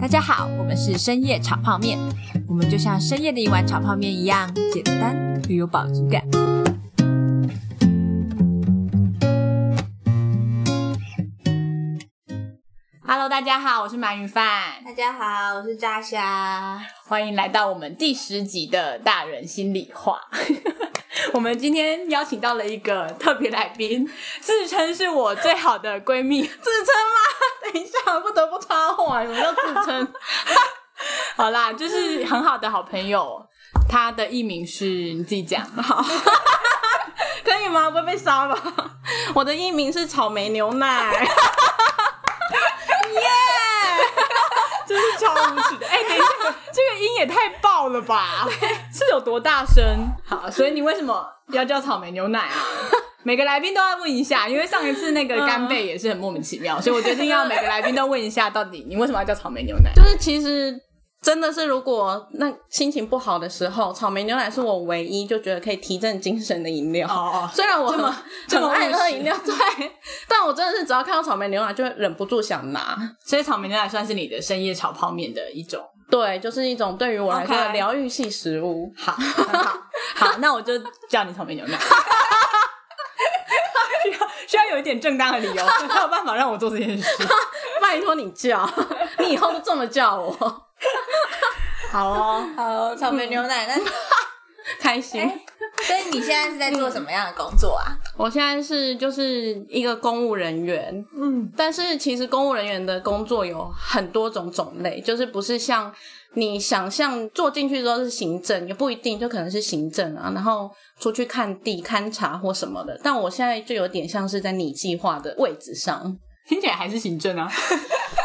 大家好，我们是深夜炒泡面，我们就像深夜的一碗炒泡面一样简单又有饱足感。Hello，大家好，我是鳗鱼饭，大家好，我是炸虾。欢迎来到我们第十集的《大人心里话》。 我们今天邀请到了一个特别来宾，自称是我最好的闺蜜，自称 吗？等一下，不得不插话，什么叫自称？ 好啦，就是很好的好朋友，他的艺名是你自己讲， 好，可以吗？不会被杀吧？我的艺名是草莓牛 奶。耶！ 真是超无耻的。哎、等一下，这个音也太爆了吧？ 是有多大声？好，所以你为什么要叫草莓牛奶啊？ 每个来宾都要问一下，因为上一次那个干贝也是很莫名其妙，所以我决定要每个来宾都问一下，到底你为什么要叫草莓牛奶？就是其实真的是，如果那心情不好的时候，草莓牛奶是我唯一就觉得可以提振精神的饮料。哦 虽然我这很么这么很爱务实喝饮料，对，但我真的是只要看到草莓牛奶就会忍不住想拿。所以草莓牛奶算是你的深夜炒泡面的一种。对，就是一种对于我来说 OK 的疗愈系食物。好，很好，好，那我就叫你草莓牛奶。 需要需要有一点正当的理由，才有办法让我做这件事。 拜托你叫， 你以后都这么叫我。 好哦，好，草莓牛奶。那 开心。哎所以你现在是在做什么样的工作啊？我现在是就是一个公务人员，嗯，但是其实公务人员的工作有很多种种类，就是不是像你想象做进去之后是行政，也不一定，就可能是行政啊，然后出去看地、勘察或什么的。但我现在就有点像是在拟计划的位置上，听起来还是行政啊。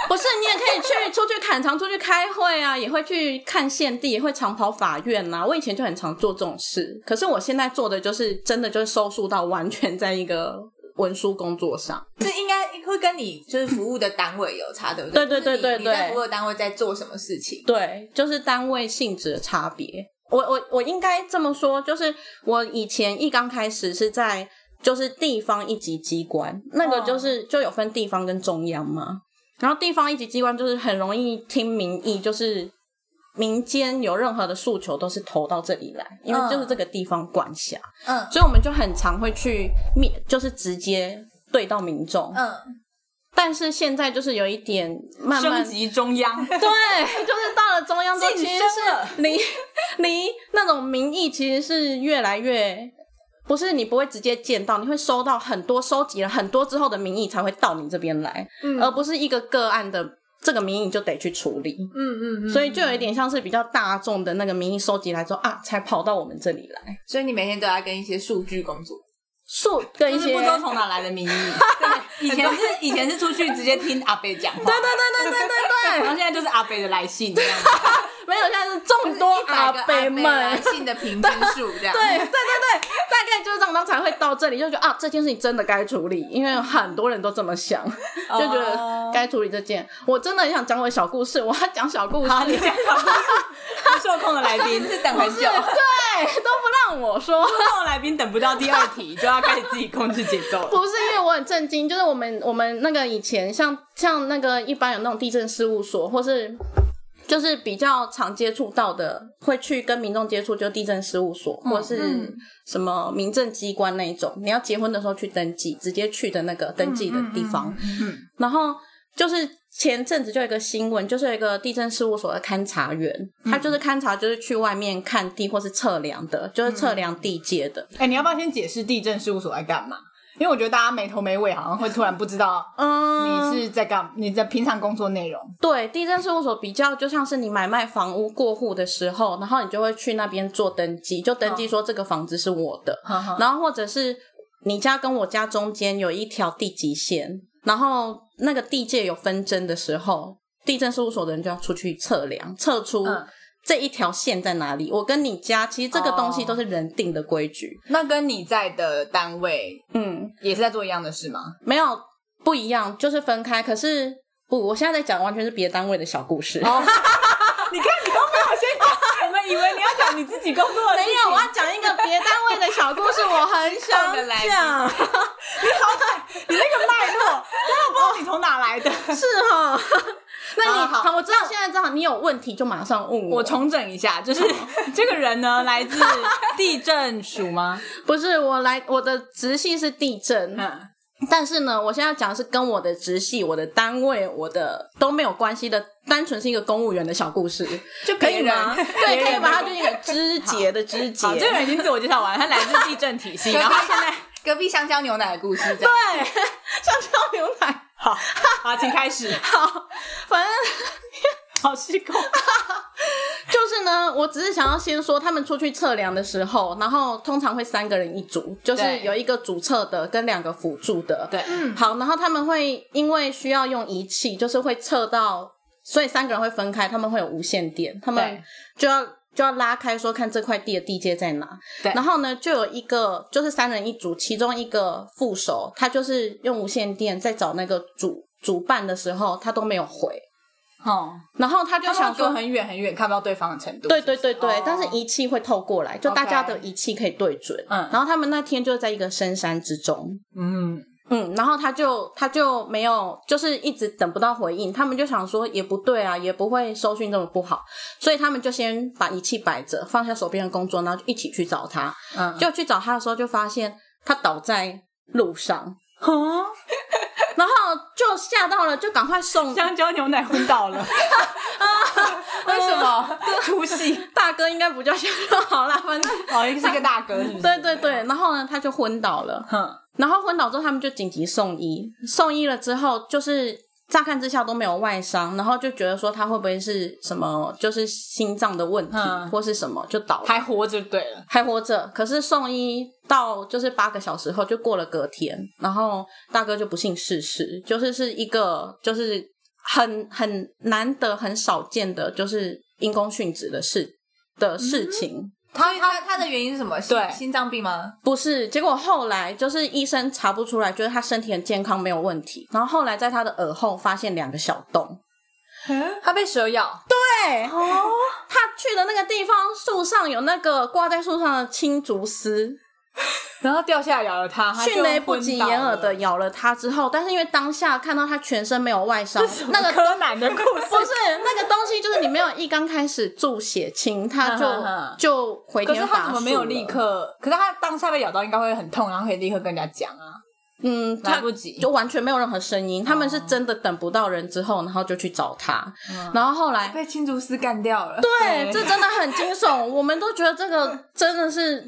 不是你也可以去出去砍场、出去开会啊，也会去看现地，也会常跑法院啊。我以前就很常做这种事，可是我现在做的就是真的就是收束到完全在一个文书工作上。 这应该会跟你就是服务的单位有差，对不对对对就是你对对对你在服务的单位在做什么事情？对，就是单位性质的差别。我我我应该这么说，就是我以前一刚开始是在就是地方一级机关，那个就是、就有分地方跟中央嘛。然后地方一级机关就是很容易听民意，就是民间有任何的诉求都是投到这里来，因为就是这个地方管辖，嗯所以我们就很常会去面，就是直接对到民众。嗯，但是现在就是有一点慢慢升级中央，对，就是到了中央之后，其嗯晋实升了是离离那种民意其实是越来越，不是你不会直接见到，你会收到很多，收集了很多之后的民意才会到你这边来，嗯而哦不是一个个案的。这个民意就得去处理，嗯嗯嗯。所以就有一点像是比较大众的那个民意收集来之后啊，才跑到我们这里来，所以你每天都要跟一些数据工作。数跟一就是些不知道从哪来的民意。以前是以前是出去直接听阿贝讲话，对对对对对对然后现在就是阿贝的来信这样子。对，没有现在是众多一百个阿伯伯们来，信的平均数 这样。对对对对，大概就是这样，然后才会到这里，就觉得啊，这件事情真的该处理，因为很多人都这么想，就觉得哦哦该处理这件。我真的很想讲我的小故事，我要讲小故事， 好，你讲小故事，受控的来 宾是等很不是久。哎对，都不让我说。受控的来宾等不到第二题就要开始自己控制节奏了。不是因为我很震惊，就是我们我们那个以前像像那个一般有那种地震事务所，或是就是比较常接触到的，会去跟民众接触，就地震事务所或是嗯什么民政机关那一种，你要结婚的时候去登记，直接去的那个登嗯记的地嗯方。然后就是前阵子就有一个新闻，就是有一个地震事务所的勘察员，他就是勘察，就是去外面看地或是测量的，就是测量地界的。哎、你要不要先解释地震事务所在干嘛？因为我觉得大家没头没尾，好像会突然不知道嗯，你是在干你的平常工作内容。对，地震事务所比较就像是你买卖房屋过户的时候，然后你就会去那边做登记，就登记说这个房子是我的，嗯然后或者是你家跟我家中间有一条地籍线，然后那个地界有纷争的时候，地震事务所的人就要出去测量，测出嗯这一条线在哪里。我跟你家其实这个东西哦都是人定的规矩，那跟你在的单位嗯，也是在做一样的事吗？没有不一样，就是分开。可是不，我现在在讲完全是别单位的小故事。你看，你都没有先讲，我们以为你要讲你自己工 作的没有，我要讲一个别单位的小故事， 我很想的来宾 讲， 你那个脉络，我不知道你从哪来的。是哈。那你好好好，我知道那现在知道你有问题就马上问我。我重整一下，就是 这个人呢，来自地震署吗？不是我来，我的直系是地震，嗯，但是呢，我现在讲的是跟我的直系、我的单位、我的都没有关系的，单纯是一个公务员的小 故事，就可以吗？对，可以把它吧？就是一个枝节的枝节好，。这个人已经自我介绍完，他来自地震体 系，然后现在隔壁香蕉牛奶的故事，这样对，香蕉牛奶。 好，好，请开始，好，反正好虚构，就是呢，我只是想要先说，他们出去测量的时候，然后通常会三个人一组，就是对有一个主测的跟两个辅助 的。对，好，然后他们会因为需要用仪器，就是会测到，所以三个人会分开，他们会有无线电，他们对就要就要拉开说看这块地的地界在哪。对然后呢，就有一个就是三人一组，其中一个副手，他就是用无线电在找那个主主办的时候，他都没有回，哦，然后他就就想想说说很远很远看不到对方的程度，对对对对，哦但是仪器会透过来，就大家的仪器可以对准。嗯然后他们那天就在一个深山之中，嗯，嗯，然后他就他就没有，就是一直等不到回应，他们就想说也不对啊，也不会收讯这么不好，所以他们就先把仪器摆着，放下手边的工作，然后就一起去找他。嗯，就去找他的时候，就发现他倒在路上，哦，然后就吓到了，就赶快送香蕉牛奶昏倒了， 啊为什么？出戏，大哥，应该不叫吓到好啦，反正 哦，是个大哥，是不是对对对，然后呢，他就昏倒了。哼，然后昏倒之后，他们就紧急送医。送医了之后，就是乍看之下都没有外伤，然后就觉得说他会不会是什么，就是心脏的问题、嗯或是什么，就倒了，还活着就对了，还活着。可是送医到就是八个小时后，就过了隔天，然后大哥就不幸逝世，就是是一个就是很很难得、很少见的，就是因公殉职的事的事情。他他他的原因是什么？心对心脏病吗？不是，结果后来就是医生查不出来，觉得他身体很健康，没有问题。然后后来在他的耳后发现两个小洞。他被蛇咬，哎对，哦，他去的那个地方，树上有那个挂在树上的青竹丝，然后掉下来咬了他，他就迅雷不昏及倒了掩耳的，咬了他之后，但是因为当下看到他全身没有外伤，那个柯南的 故不事。是那个东西，就是你没有一刚开始注血清，他就嗯嗯嗯就回可是天乏术他怎么没有立了？刻？可是他当下被咬到，应该会很痛，然后可以立刻跟人家讲啊，嗯，他来不及。就完全没有任何声音。他们哦是真的等不到人之后，然后就去找他，然后后来。嗯被青竹丝干掉了。对，这真的很惊悚，我们都觉得 这个真的是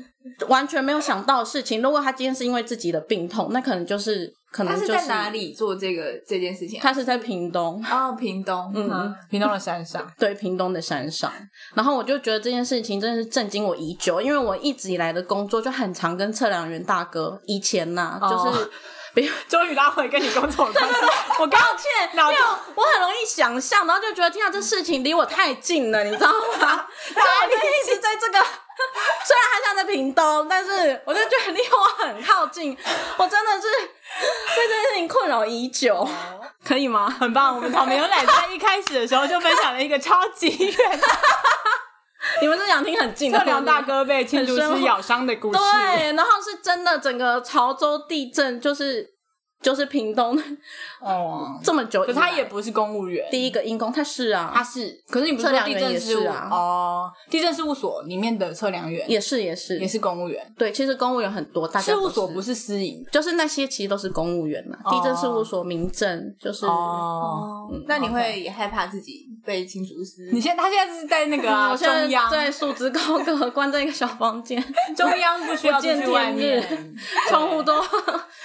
完全没有想到的事情。如果他今天是因为自己的病痛，那可能就是可能他就是是在哪？里做这个这件事情啊？他是在屏东，哦，屏东。嗯，屏东的山上，对，屏东的山上。然后我就觉得这件事情真的是震惊我已久，因为我一直以来的工作就很常跟测量员大哥以前呐、哦就是比如终于拉回跟你工作的关系。我刚刚歉脑因中为我很容易想象，然后就觉得天啊，这事情离我太近了，你知道 吗？然后我就一直在这个， 虽然他像在屏东，但是我就觉得离我很靠近，我真的是 被这件事情困扰已久， 可以吗？很棒，我们草莓牛奶在一开始的时候就分享了一个超级远的你们是想听很近的测量大。哥被青竹丝咬伤的故事。对，然后是真的，整个潮州地震就是就是屏东 哦，这么久以可来，是他也不是公务员，第一个因公，他是啊，他是，可是你不是测说量地员震也事是务啊哦，地震事务所里面的测量员也是也是也是公务员，对，其实公务员很多，大家事都务所是不是私营就是那些其实都是公务员嘛，哦地震事务所、民政，就是、哦。哦，那你会也害怕自己被青竹丝？你现在他现在是在那个啊、 我现中在央，在束之高阁，关在一个小房 间，中央不需要不见出去外面天，窗户都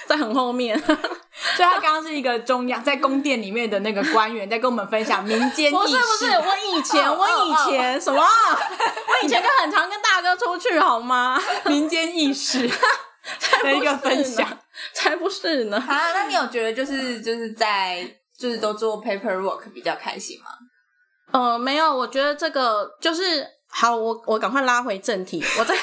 在很后 面。 所以他刚刚是一个中央在宫殿里面的那个官员，在跟我们分享民间意识。不是不是，我以前哦我哦以前、什么？ 我以前跟很常跟大哥出去好 吗？民间意识 的一个分享。才不是 呢。啊，那你有觉得就是就是在就是都做 paperwork 比较开心吗？呃，没有，我觉得这个就是好，我我赶快拉回正题，我在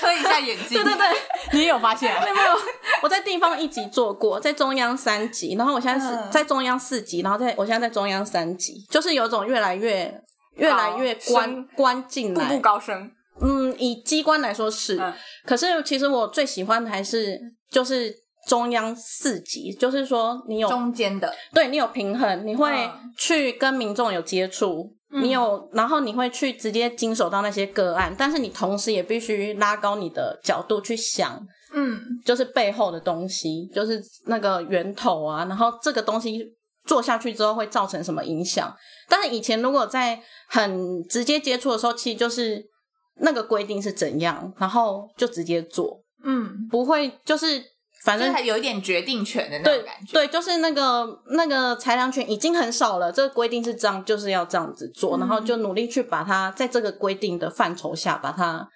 推一下眼镜， 对对对。你也有发现啊？没有，我在地方一级做过，在中央三级，然后我现在是嗯在中央四级，然后在我现在在中央三级，就是有种越来越越来越关升关进步步来。高升，嗯，以机关来说是，嗯可是其实我最喜欢的还是就是中央四级，就是说你有中间的，对你有平衡，你会嗯去跟民众有接触，嗯你有，然后你会去直接经手到那些个案，但是你同时也必须拉高你的角度去想，嗯，就是背后的东西，就是那个源头啊，然后这个东西做下去之后会造成什么影响。但是以前如果在很直接接触的时候，其实就是那个规定是怎样，然后就直接做，嗯，不会就是反就是正还有一点决定权的那对种感觉。对，就是那个那个裁量权已经很少了，这个规定是这样，就是要这样子做，然后嗯就努力去把它在这个规定的范畴下，把它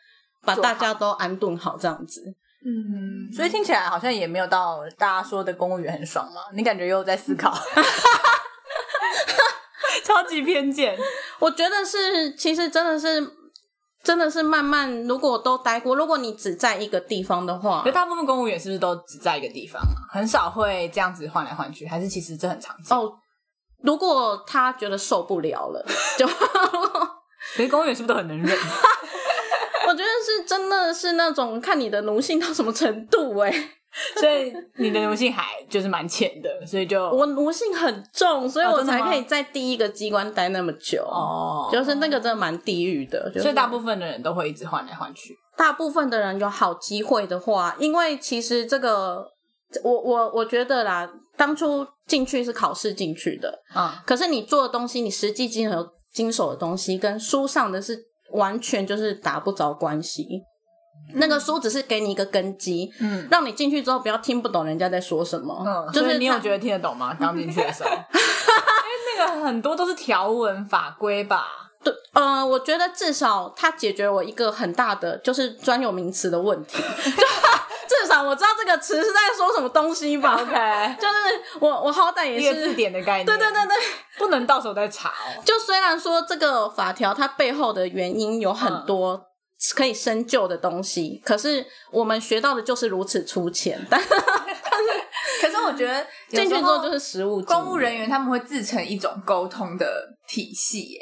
把做大家都安顿好，这样子。嗯，所以听起来好像也没有到大家说的公务员很爽嘛，你感觉又在 思考， 超级偏见。我觉得是，其实真的是，真的是慢慢，如果都待过，如果你只在一个地方的话可是，大部分公务员是不是都只在一个地方啊？很少会这样子换来换去，还是其实这很常见？哦，如果他觉得受不了了，就可是公务员是不是都很能忍？ 我觉得是真的是那种看你的奴性到什么程度哎、所以你的奴性还就是蛮浅的，所以就我奴性很重，所以哦我真的才吗可以在第一个机关待那么久。哦，就是那个真的蛮地狱的，就是、所以大部分的人都会一直换来换去。大部分的人有好机会的话，因为其实这个，我我我觉得啦，当初进去是考试进去的，嗯，可是你做的东西，你实际经手经手的东西，跟书上的是完全就是打不着关系。那个书只是给你一个根基，嗯，让你进去之后不要听不懂人家在说什么。嗯，就所是以你有它觉得听得懂吗？刚进去的 时候，因为那个很多都是条文法规 吧。对，呃，我觉得至少它解决我一个很大的就是专有名词的问题， 至少我知道这个词是在说什么东西吧。 OK，就是我我好歹 也一个是字典的概念。对对对对，不能到时候再查哦。就虽然说这个法条它背后的原因有嗯很多可以深究的东西，可是我们学到的就是如此粗浅，但可是我觉得进去之后就是是实务经验公务人员，他们会自成一种沟通的体系耶。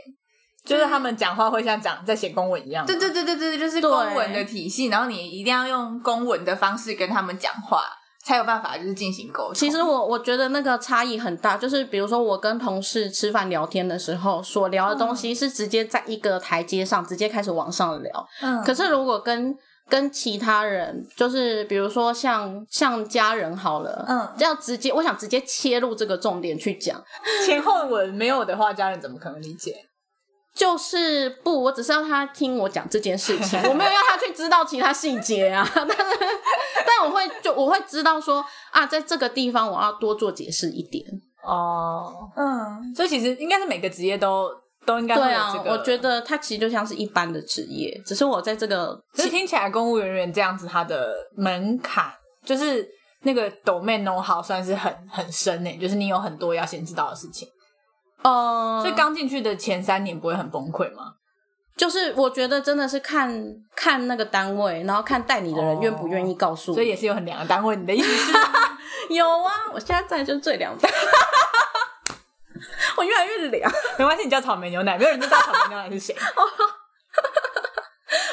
就是他们讲话会像讲在写公文一样。对对对对对，就是对公文的体系，然后你一定要用公文的方式跟他们讲话，才有办法就是进行沟通。其实我我觉得那个差异很大，就是比如说我跟同事吃饭聊天的时候，所聊的嗯东西是直接在一个台阶上直接开始往上聊，嗯可是如果跟跟其他人，就是比如说像像家人好了，嗯要直接我想直接切入这个重点去讲，前后文没有的话，家人怎么可能理解？就是不，我只是要他听我讲这件事情，我没有要他去知道其他细节啊。但是，但我会就我会知道说啊，在这个地方我要多做解释一点。哦，嗯，所以其实应该是每个职业都都应该会对有啊这，个。我觉得，得它其实就像是一般的职业，只是我在这个可是听起来公务人员这样子，他的门槛就是那个 domain know how 算是很很深呢、就是你有很多要先知道的事情。呃，所以刚进去的前三年不会很崩溃吗？就是我觉得真的是看看那个单位，然后看带你的人哦愿不愿意告诉我。所以也是有很两个单位。你的意思 是，有啊，我现在在就是最凉的， 我越来越凉。没关系，你叫草莓牛奶，没有人知道草莓牛奶是谁。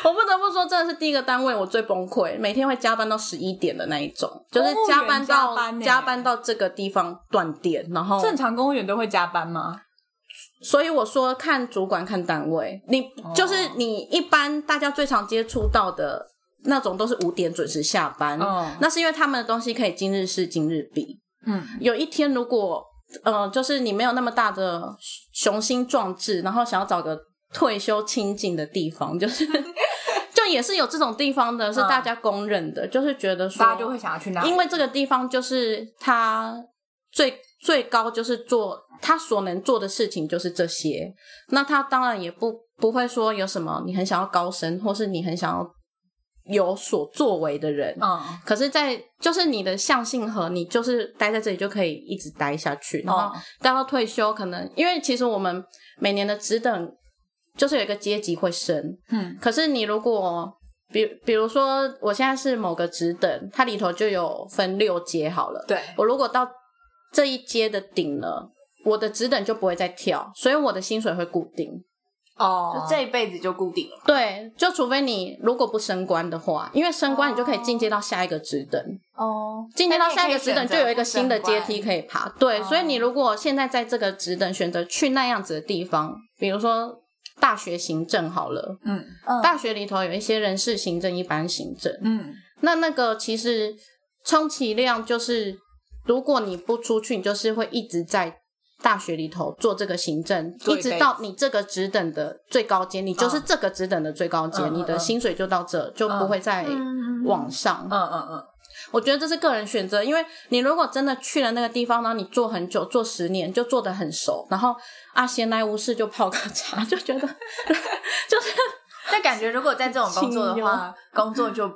我不得不说，真的是第一个单位我最崩溃，每天会加班到十一点的那一种，就是公务员加班到加班欸到这个地方断电，然后正常公务员都会加班吗？所以我说看主管看单位，你、哦就是你一般大家最常接触到的那种都是五点准时下班，哦那是因为他们的东西可以今日事今日毕，嗯，有一天如果呃，就是你没有那么大的雄心壮志，然后想要找个退休清静的地方，就是 就也是有这种地方的，是嗯大家公认的，就是觉得说，大家就会想要去那里。因为这个地方就是他最最高就是做他所能做的事情就是这些，那他当然也不不会说有什么你很想要高升，或是你很想要有所作为的人，嗯，可是在，就是你的象性和你就是待在这里就可以一直待下去，然后哦待到退休，可能因为其实我们每年的职等就是有一个阶级会升，嗯，可是你如果比比如说我现在是某个职等，它里头就有分六阶好了，对，我如果到这一阶的顶了，我的职等就不会再跳，所以我的薪水会固定。哦就这一辈子就固定了。对，就除非你如果不升官的话，因为升官你就可以进阶到下一个职等，哦，进阶到下一个职等就有一个新的阶梯可以爬。对，所以你如果现在在这个职等选择去那样子的地方，比如说大学行政好了，嗯嗯大学里头有一些人事行政、一般行政，嗯，那那个其实充其量就是，如果你不出去，你就是会一直在大学里头做这个行政，做一一辈子嗯直到你这个职等的最高阶，你就是这个职等的最高阶，嗯嗯你的薪水就到这，就不会再往上。嗯嗯嗯，我觉得这是个人选择，因为你如果真的去了那个地方，然后你做很久，做十年就做的很熟，然后啊闲来无事就泡个茶，就觉得就是但感觉如果在这种工作的清话，工作就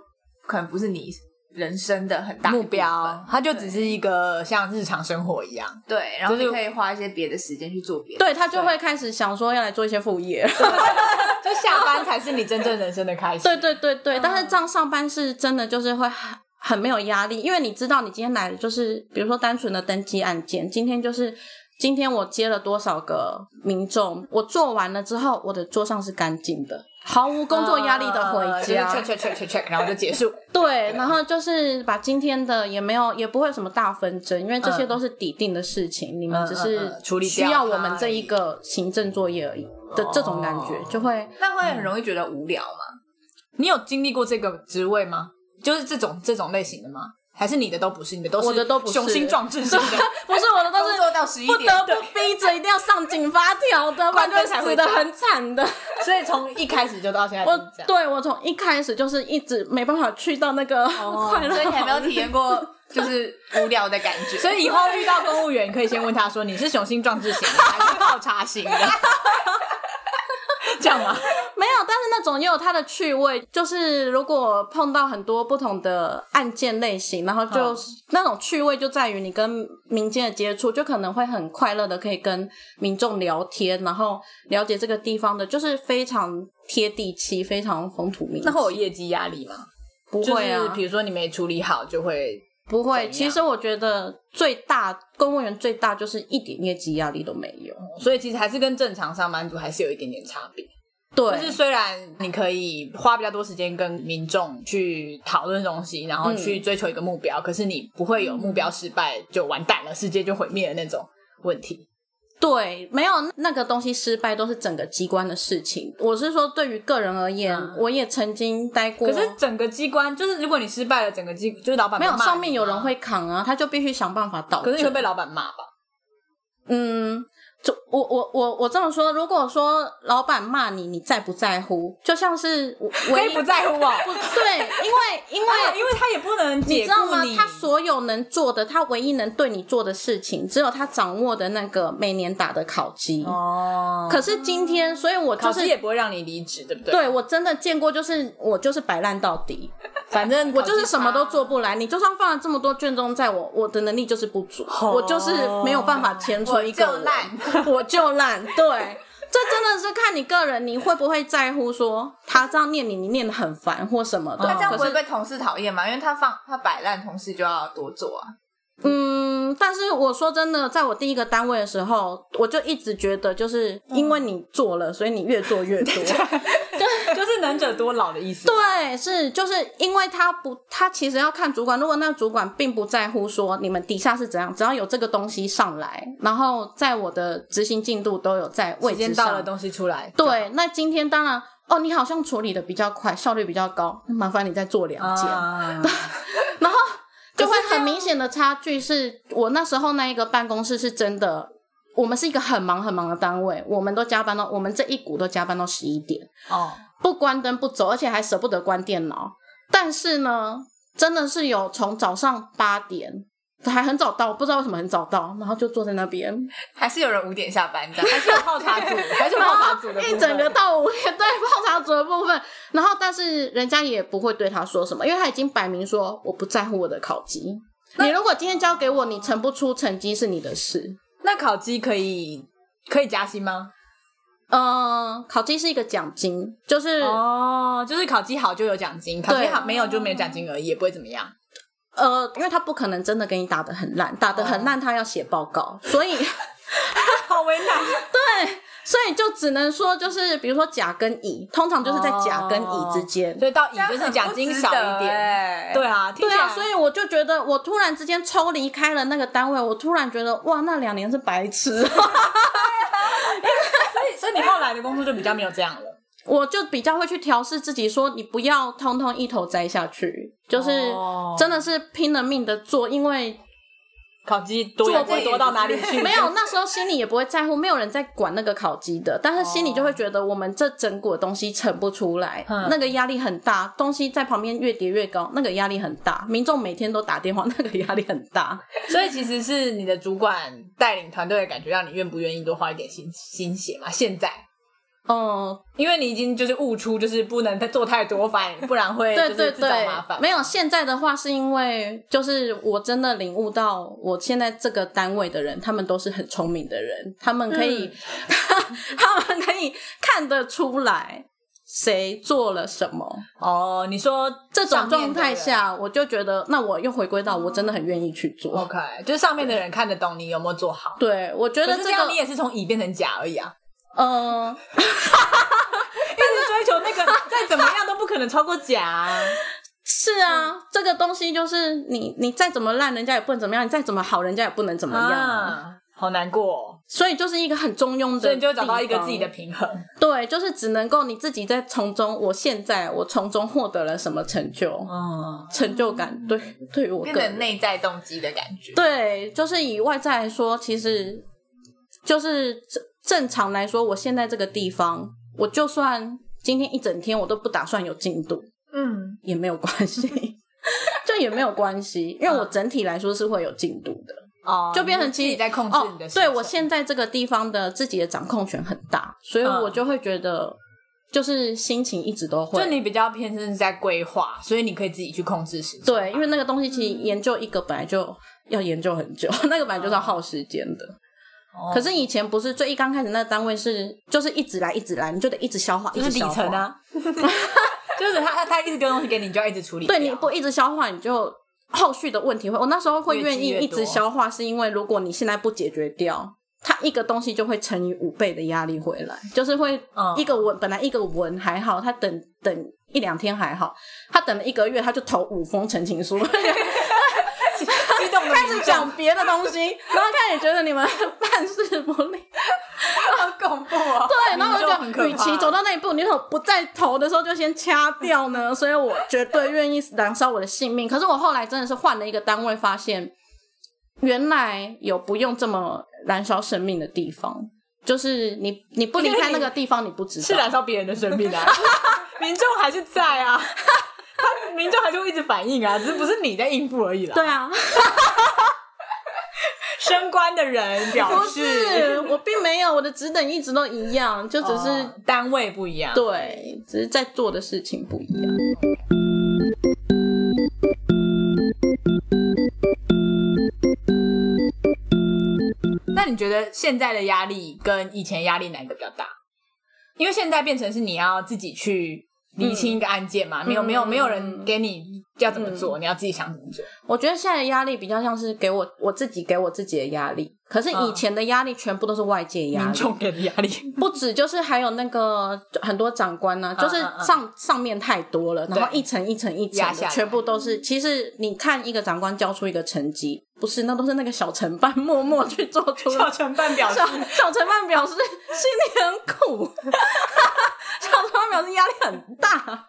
可能不是你人生的很大的目部标分，它就只是一个像日常生活一样，对，然后就你是可以花一些别的时间去做别的。对他就会开始想说要来做一些副业。 就下班才是你真正人生的开始。对对对对，但是这样上班是真的就是会很很没有压力，因为你知道你今天来的就是，比如说单纯的登记案件，今天就是今天我接了多少个民众，我做完了之后，我的桌上是干净的，毫无工作压力的回呃就是家。 check check check check check，然后就结束。对，然后就是把今天的也没有，也不会有什么大纷争，因为这些都是底定的事情，你们只嗯是嗯嗯处理需掉要它我们这而一已个行政作业而已的这种感觉，哦就会那会嗯很容易觉得无聊嘛？你有经历过这个职位吗？就是这种这种类型的吗？还是你的都不是，你的都是我的都不是雄心壮志型的， 不是我的都工是作到十一不点，得不逼着一定要上紧发条的，不然就会死的很惨 的。所以从一开始就到现在我都是这样。对我从一开始就是一直没办法去到那个哦快乐，哦所以你还没有体验过 就是无聊的感觉。所以以后遇到公务员，可以先问他说你是雄心壮志型的还是泡茶型的， 这样吗？没有，但是那种也有它的趣味，就是如果碰到很多不同的案件类型，然后就、嗯那种趣味就在于你跟民间的接触，就可能会很快乐的可以跟民众聊天，然后了解这个地方的，就是非常贴地气，非常风土民情。那会有业绩压力吗？不就会啊？是比如说你没处理好，就会不怎么会，样其实我觉得最大公务员最大就是一点业绩压力都没有。所以其实还是跟正常上班族还是有一点点差别。对，就是虽然你可以花比较多时间跟民众去讨论东西，然后嗯去追求一个目标，可是你不会有目标失败就完蛋了，世界就毁灭了那种问题。对，没有那个东西失败都是整个机关的事情。我是说，对于个人而言，嗯我也曾经待过，可是整个机关就是，如果你失败了，整个机就是老板没有会骂上面你有吗人，会扛啊，他就必须想办法倒。可是你会被老板骂吧？嗯，就我我我我这么说，如果说老板骂你，你在不在乎？就像是我可唯以一不在乎哦，不对，因为因为啊因为他也不能你解知道雇吗？你他所有能做的，他唯一能对你做的事情，只有他掌握的那个每年打的考绩。哦，可是今天，所以我考就试是也不会让你离职，对啊不对？，对我真的见过，就是我就是摆烂到底，反正我考就是试什么都做不来。你就算放了这么多卷宗在我，我的能力就是不足，哦我就是没有办法牵出一个我就烂人，我就烂。对，这真的是看你个人，你会不会在乎说他这样念你，你念的很烦或什么的。哦那这样可不是会被同事讨厌吗？因为他放他摆烂，同事就要多做啊。嗯，但是我说真的，在我第一个单位的时候，我就一直觉得，就是因为你做了，所以你越做 越多。 就是能者多劳的意思。对，是就是因为他不，他其实要看主管。如果那主管并不在乎说你们底下是怎样，只要有这个东西上来，然后在我的执行进度都有在位时置间到了，上。东西出来。对，那今天当然，哦，你好像处理的比较快，效率比较高，麻烦你再做两件。啊，然后就会很明显的差距是，我那时候那一个办公室是真的，我们是一个很忙很忙的单位，我们都加班到我们这一股都加班到十一点，哦，不关灯不走，而且还舍不得关电脑。但是呢，真的是有从早上八点。还很早到，不知道为什么很早到，然后就坐在那边 还是有人五点下班的， 还是有泡茶组，还是有泡茶组的部分一整个到五点，对泡茶组的部分。然后，但是人家也不会对他说什么，因为他已经摆明说我不在乎我的考级。你如果今天交给我，你呈不出成绩是你的事。那烤鸡可以可以加薪吗？嗯，考绩是一个奖金，就是、哦，就是烤鸡好就有奖金，烤鸡对好没有就没有奖金而已，也不会怎么样。呃，因为他不可能真的给你打得哦很烂，打得很烂他要写报告，所以好为难，对，所以就只能说，就是比如说甲跟乙，通常就是在甲跟乙哦之间。所以到乙就是奖金少一点。欸点对啊，听对起来啊，所以我就觉得，我突然之间抽离开了那个单位，我突然觉得，哇，那两年是白痴，啊所以你后来的工作就比较没有这样了。 我就比较会去调试自己，说你不要通通一头栽下去，就是哦真的是拼了命的做，因为烤鸡多也不会多到哪 里去， 没有，那时候心里也不会在乎，没有人在管那个烤鸡的，但是心里就会觉得我们这整股东西盛不出来，嗯那个压力很大，东西在旁边越叠越高，那个压力很大，民众每天都打电话，那个压力很 大。所以其实是你的主管带领团队的感觉，让你愿不愿意多花一点心心血嘛？现在，嗯，因为你已经就是悟出，就是不能再做太多，反不然会就对是对自找对麻，烦。没有。现在的话是因为就是我真的领悟到，我现在这个单位的人，他们都是很聪明的人，他们可以，嗯 他们可以看得出来谁做了什么。哦，你说这上种面的状态人哦下，我就觉得，那我又回归到我真的很愿意去做。 ，OK，就是上面的人看得懂你有没有做好。对，我觉可得是这这个，样你也是从乙变成甲而已啊，嗯、一直追求那个 再怎么样都不可能超过甲啊。是啊，这个东西就是你，你再怎么烂，人家也不能怎么样；你再怎么好，人家也不能怎么样啊、啊，好难过哦，所以就是一个很中庸的，所以你就找到一个自己的，平衡。对，就是只能够你自己在从中，我现在我从中获得了什么成就，嗯，成就感，对，对于我变个成人，内在动机的感觉。对，就是以外在来说，其实就是正正常来说，我现在这个地方，我就算今天一整天我都不打算有进度，嗯，也没有关系， 就也没有关系，因为嗯我整体来说是会有进度的，哦，就变成你其自己实在控制哦你的、，对我，现在这个地方的自己的掌控权很大，所以嗯我就会觉得，就是心情一直都会就你比较偏身是在规划，所以你可以自己去控制时间。对，因为那个东西其实嗯研究一个本来就要研究很久， 那个本来就是要耗时间的。哦可是以前不是最一刚开始那个单位是就是一直来一直来，你就得一直消化，就是底层 啊，就是他他他一直丢东西给你，你就要一直处理一直消化。掉。对，你不一直消化，你就后续的问题会。我那时候会愿意越积越一多直消化，是因为如果你现在不解决掉，它一个东西就会乘以五倍的压力回来，就是会嗯一个文、本来一个文还好，他等等一两天还好，他等了一个月他就投五封陈情书。 激动的开始讲别的东西，然后开始觉得你们 办事不力。好恐怖哦。 对，然后我就民众很觉可得，怕与其走到那一步，你怎么不在投的时候就先掐掉呢？ 所以我绝对愿意燃烧我的性命。可是我后来真的是换了一个单位，发现原来有不用这么燃烧生命的地方。就是你，你不离开那个地方，你不知 道。是燃烧别人的生命啊， 民众还是在啊，他民众还是会一直反应啊，只是不是你在应付而已啦。对，啊，升官的人表不示是，我并没有，我的职等一直都一样，就只是、哦单位不一样。对，只是在做的事情不一样。那你觉得现在的压力跟以前压力哪个比较大？因为现在变成是你要自己去理清一个案件嘛，没有没有没有嗯人给你要怎么做，你要自己想怎么做。我觉得现在的压力比较像是给我我自己给我自己的压力，可是以前的压力全部都是外界压嗯民力，众给的压力， 不止就是还有那个就很多长官呢、就是嗯嗯上、上面太多了，然后一层一层一层压下的，来嗯全部都是。其实你看一个长官交出一个成绩，不是那都是那个小承办默默去做出嗯小承办 表示小小承办表示心里很苦， 小承办表示压力很大。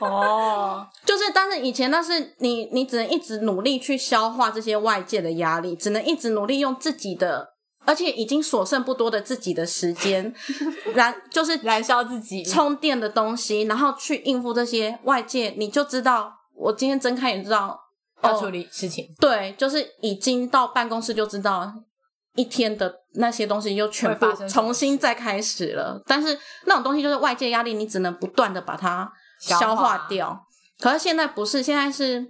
哦，就是，但是以前那是你，你只能一直努力去消化这些外界的压力，只能一直努力用自己的，而且已经所剩不多的自己的时间， 然就是燃烧自己。充电的东西，然后去应付这些外界，你就知道，我今天睁开眼就知道，要哦处理事情，对，就是已经到办公室就知道一天的那些东西又全部会发生什么事重新再开始了。但是那种东西就是外界压力，你只能不断的把它消化消化掉。可是现在不是，现在是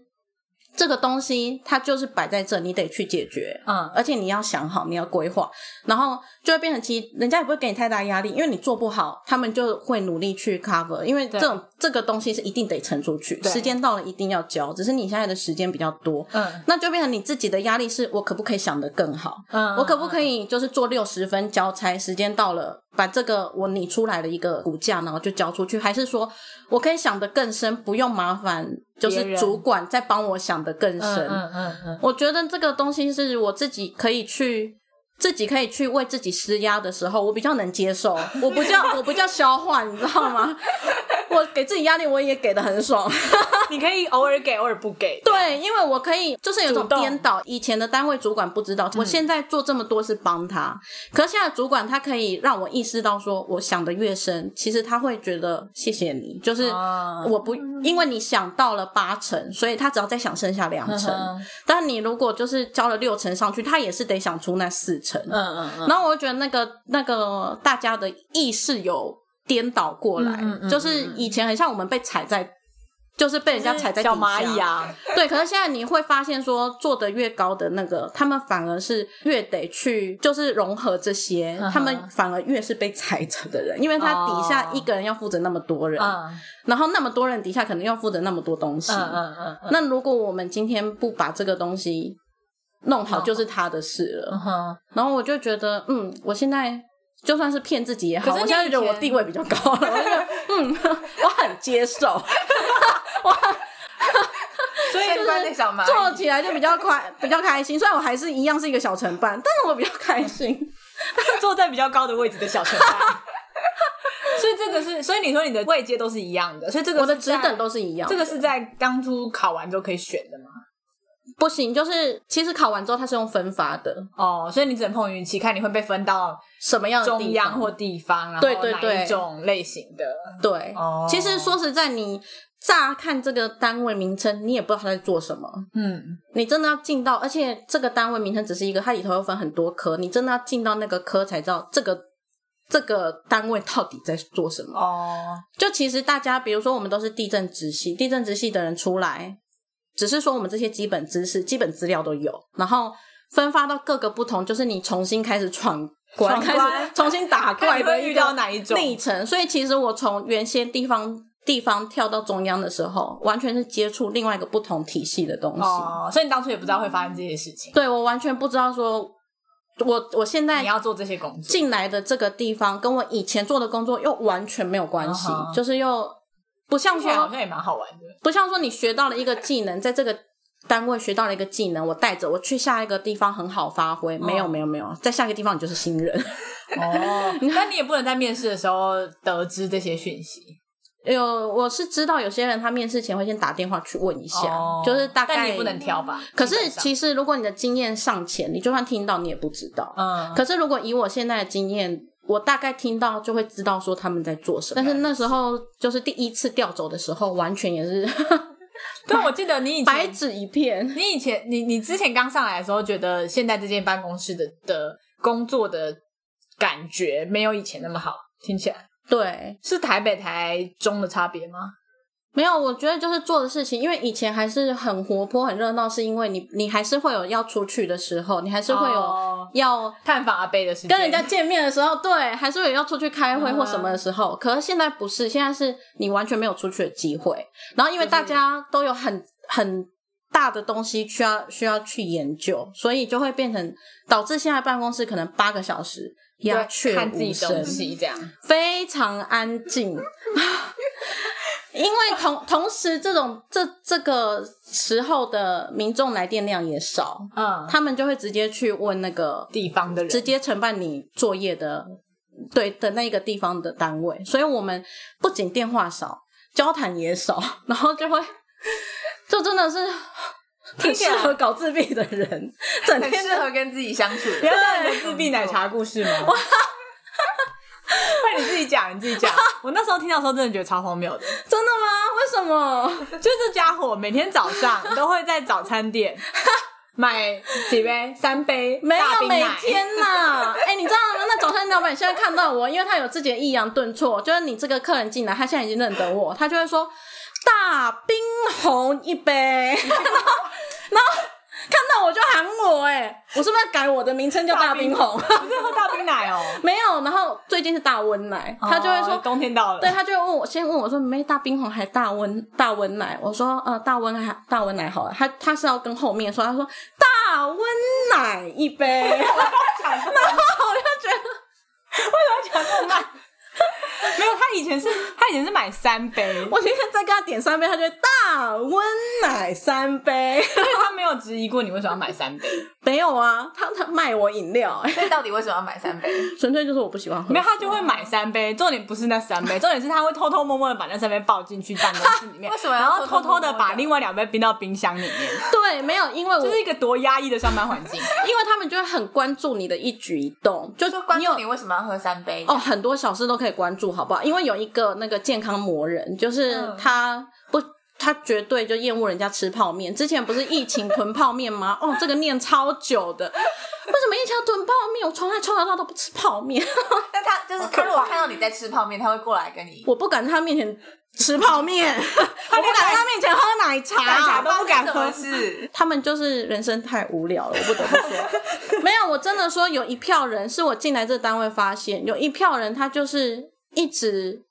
这个东西它就是摆在这，你得去解决。嗯而且你要想好，你要规划，然后就会变成其实人家也不会给你太大压力，因为你做不好，他们就会努力去 cover，因为这种这个东西是一定得呈出去，对时间到了一定要交，只是你现在的时间比较多，嗯那就变成你自己的压力是我可不可以想得更好？嗯我可不可以就是做六十分交差？时间到了，把这个我拟出来的一个骨架，然后就交出去，还是说我可以想得更深，不用麻烦就别是人主管再帮我想得更深？嗯嗯嗯，我觉得这个东西是我自己可以去。自己可以去为自己施压的时候，我比较能接受，我不叫我不叫消化，你知道吗？我给自己压力，我也给的很爽。你可以偶尔给，偶尔不给。对，因为我可以就是有种主动嗯颠倒，以前的单位主管不知道，我现在做这么多是帮他，可是现在主管他可以让我意识到说，我想的越深，其实他会觉得谢谢你，就是啊我不因为你想到了八成，所以他只要再想剩下两成，嗯但你如果就是交了六成上去，他也是得想出那四成，嗯嗯，然后我就觉得那个那个大家的意识有颠倒过来，嗯嗯嗯就是以前很像我们被踩在，就是被人家踩在小底蚂下蚁。啊， 对，可是现在你会发现说，做的越高的那个，他们反而是越得去，就是融合这些，嗯哼他们反而越是被踩着的人，因为他底下哦一个人要负责那么多人，嗯然后那么多人底下可能要负责那么多东西。嗯嗯嗯嗯那如果我们今天不把这个东西弄好，弄好就是他的事了。嗯哼，然后我就觉得，嗯，我现在就算是骗自己也好，可是我你现在觉得以我前地位比较高了，我就觉得嗯， 我很接受，所以三观的小蚂蚁做起来就比较快， 比较开心。虽然我还是一样是一个小承办，但是我比较开心。坐在比较高的位置的小陈派。 所以这个是，所以你说你的位阶都是一样的，所 以这个我的是职在等都是一样，这个是在当初考完就可以选的嘛？不行，就是其实考完之后它是用分发的，哦，所以你只能碰运气，看你会被分到什么样的中地方央或地方，然后对对对哪一种类型的？对。哦其实说实在，你乍看这个单位名称，你也不知道他在做什么。嗯，你真的要进到，而且这个单位名称只是一个，它里头有分很多科，你真的要进到那个科才知道这个这个单位到底在做什么。哦，就其实大家，比如说我们都是地震直系，地震直系的人出来，只是说我们这些基本知识、基本资料都有，然后分发到各个不同，就是你重新开始闯关，闯关开始重新打怪看你的会一遇个到哪一种？历程。所以其实我从原先地方地方跳到中央的时候，完全是接触另外一个不同体系的东西。哦，所以你当初也不知道会发生这些事情，对我完全不知道说，我我现你在要做这些工作。进来的这个地方跟我以前做的工作又完全没有关系，嗯哼就是又不像听起来好说像也蛮好玩的，不像说你学到了一个技能，在这个单位学到了一个技能，我带着我去下一个地方很好发挥。没有没有没有，在下一个地方你就是新人， 哦，但你也不能在面试的时候得知这些讯息，有哎我是知道有些人他面试前会先打电话去问一下，哦就是大概嗯但你也不能。挑吧？可是基本上其实如果你的经验尚浅，你就算听到你也不知道。嗯，可是如果以我现在的经验，我大概听到就会知道说他们在做什么。但是那时候就是第一次调走的时候，完全也是 但我记得你以前白纸一片。你以前，你你之前刚上来的时候，觉得现在这间办公室的的工作的感觉没有以前那么好，听起来对，是台北台中的差别吗？没有，我觉得就是做的事情，因为以前还是很活泼、很热闹，是因为你你还是会有要出去的时候，你还是会有哦要探访阿贝的时间，跟人家见面的时候，对，还是有要出去开会嗯或什么的时候。可是现在不是，现在是你完全没有出去的机会。然后因为大家都有很很大的东西需要需要去研究，所以就会变成导致现在办公室可能八个小时鸦雀对看自无己声，东西这样，非常安静。 因为同同时，这种这这个时候的民众来电量也少，嗯，他们就会直接去问那个地方的人直接承办你作业的对的那一个地方的单位，所以我们不仅电话少，交谈也少， 然后就会就真的是挺起适来合搞自闭的人，整很天适合跟自己相 处的。不要讲你的自闭奶茶故事吗？ 快你自己讲，你自己 讲。我那时候听到的时候，真的觉得超荒谬的。真的吗？为什么？就这家伙每天早上都会在早餐 店买几杯，三杯没大有冰每奶 天呐、哎、你知道吗？那早餐老板现在看到我，因为他有自己的抑扬顿挫，就是你这个客人进来，他 现在已经认得我，他就会说大冰红一杯，然后看到我就喊我、哎，我是不是要改我的名称叫大冰红？ 你是喝大冰奶哦？没有，然后最近是大温奶，他就会说哦冬天到了， 对，他就问我，先问我说：“妹，大冰红还大温 大温奶？”我说：“呃，大温还大温奶好了。他”他是要跟后面说，他说：“大温奶一 杯。”然后 我就觉得 没有，他以前是他以前是买三 杯，我今天再跟他点三杯，他就会大温奶三杯。 所以他没有质疑过你为什么要买三杯，没有啊，他他卖我饮料、哎，那到底为什么要买三杯？ 纯粹就是我不喜欢 喝。没有他就会买三杯。重点不是那三 杯，重点是他会偷偷摸摸的把那三杯抱进去办公室 里面，为什么要然后偷偷偷偷摸摸的地把另外两杯冰到冰箱里面， 对，没有，因为我这是一个多压抑的上班环境。因为他们就会很关注你的一举一动，就就关你注有你为什么要喝三杯哦，，很多小事都可以关注，好不好？因为有一个那个健康魔人，就是嗯他不，他绝对就厌恶人家吃泡面。之前不是疫情囤泡面吗？ 哦，这个念超久的，为什么疫情要囤泡面？我从来从小到大都不吃泡面，那他就是他如果看到你在吃泡面，他会过来跟你我不敢在他面前吃泡 面，我不敢在他面前喝奶奶茶茶。都不敢喝发生什么事。他们就是人生太无聊了，我不得不说。没有，我真的说有一票人是我进来这单位发现，有一票人他就是一直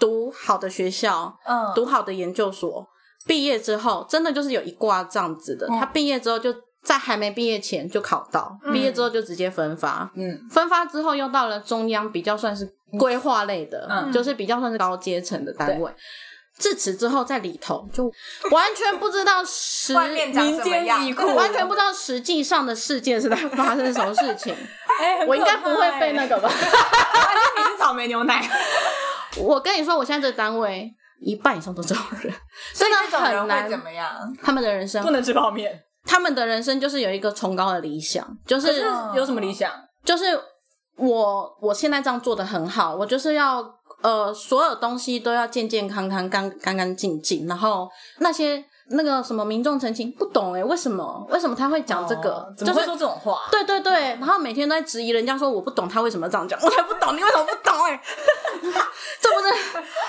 读好的学校，嗯，读好的研究所，毕业之后真的就是有一挂这样子的。嗯他毕业之后就在还没毕业前就考到，毕业之后就直接分发，嗯，分发之后又到了中央比较算是规划类的，嗯就是比较算是高阶层的单位。自此之后，在里头就完全不知道实 外面长什么样？民间疾 苦完全不知道实际上的事件是在发生什么事 情。 哎、很我应该可不怕会被那欸，个吧？ 还是你是草莓牛奶， 我跟你说，我现在这单位一半以上都这种人，所真以的这种人很会怎难。么样？他们的人生不能吃泡面。他们的人生就是有一个崇高的理想，就是是有什么理想？就是我我现在这样做的很好，我就是要呃所有东西都要健健康康、干干干净净，然后那些那个什么民众澄清不懂哎、为什么为什么他会讲这个？哦怎就么是会说这种话？对对对，然后每天都在质疑人家说我不懂他为什么这样讲，我才不懂你为什么不懂哎、 这不是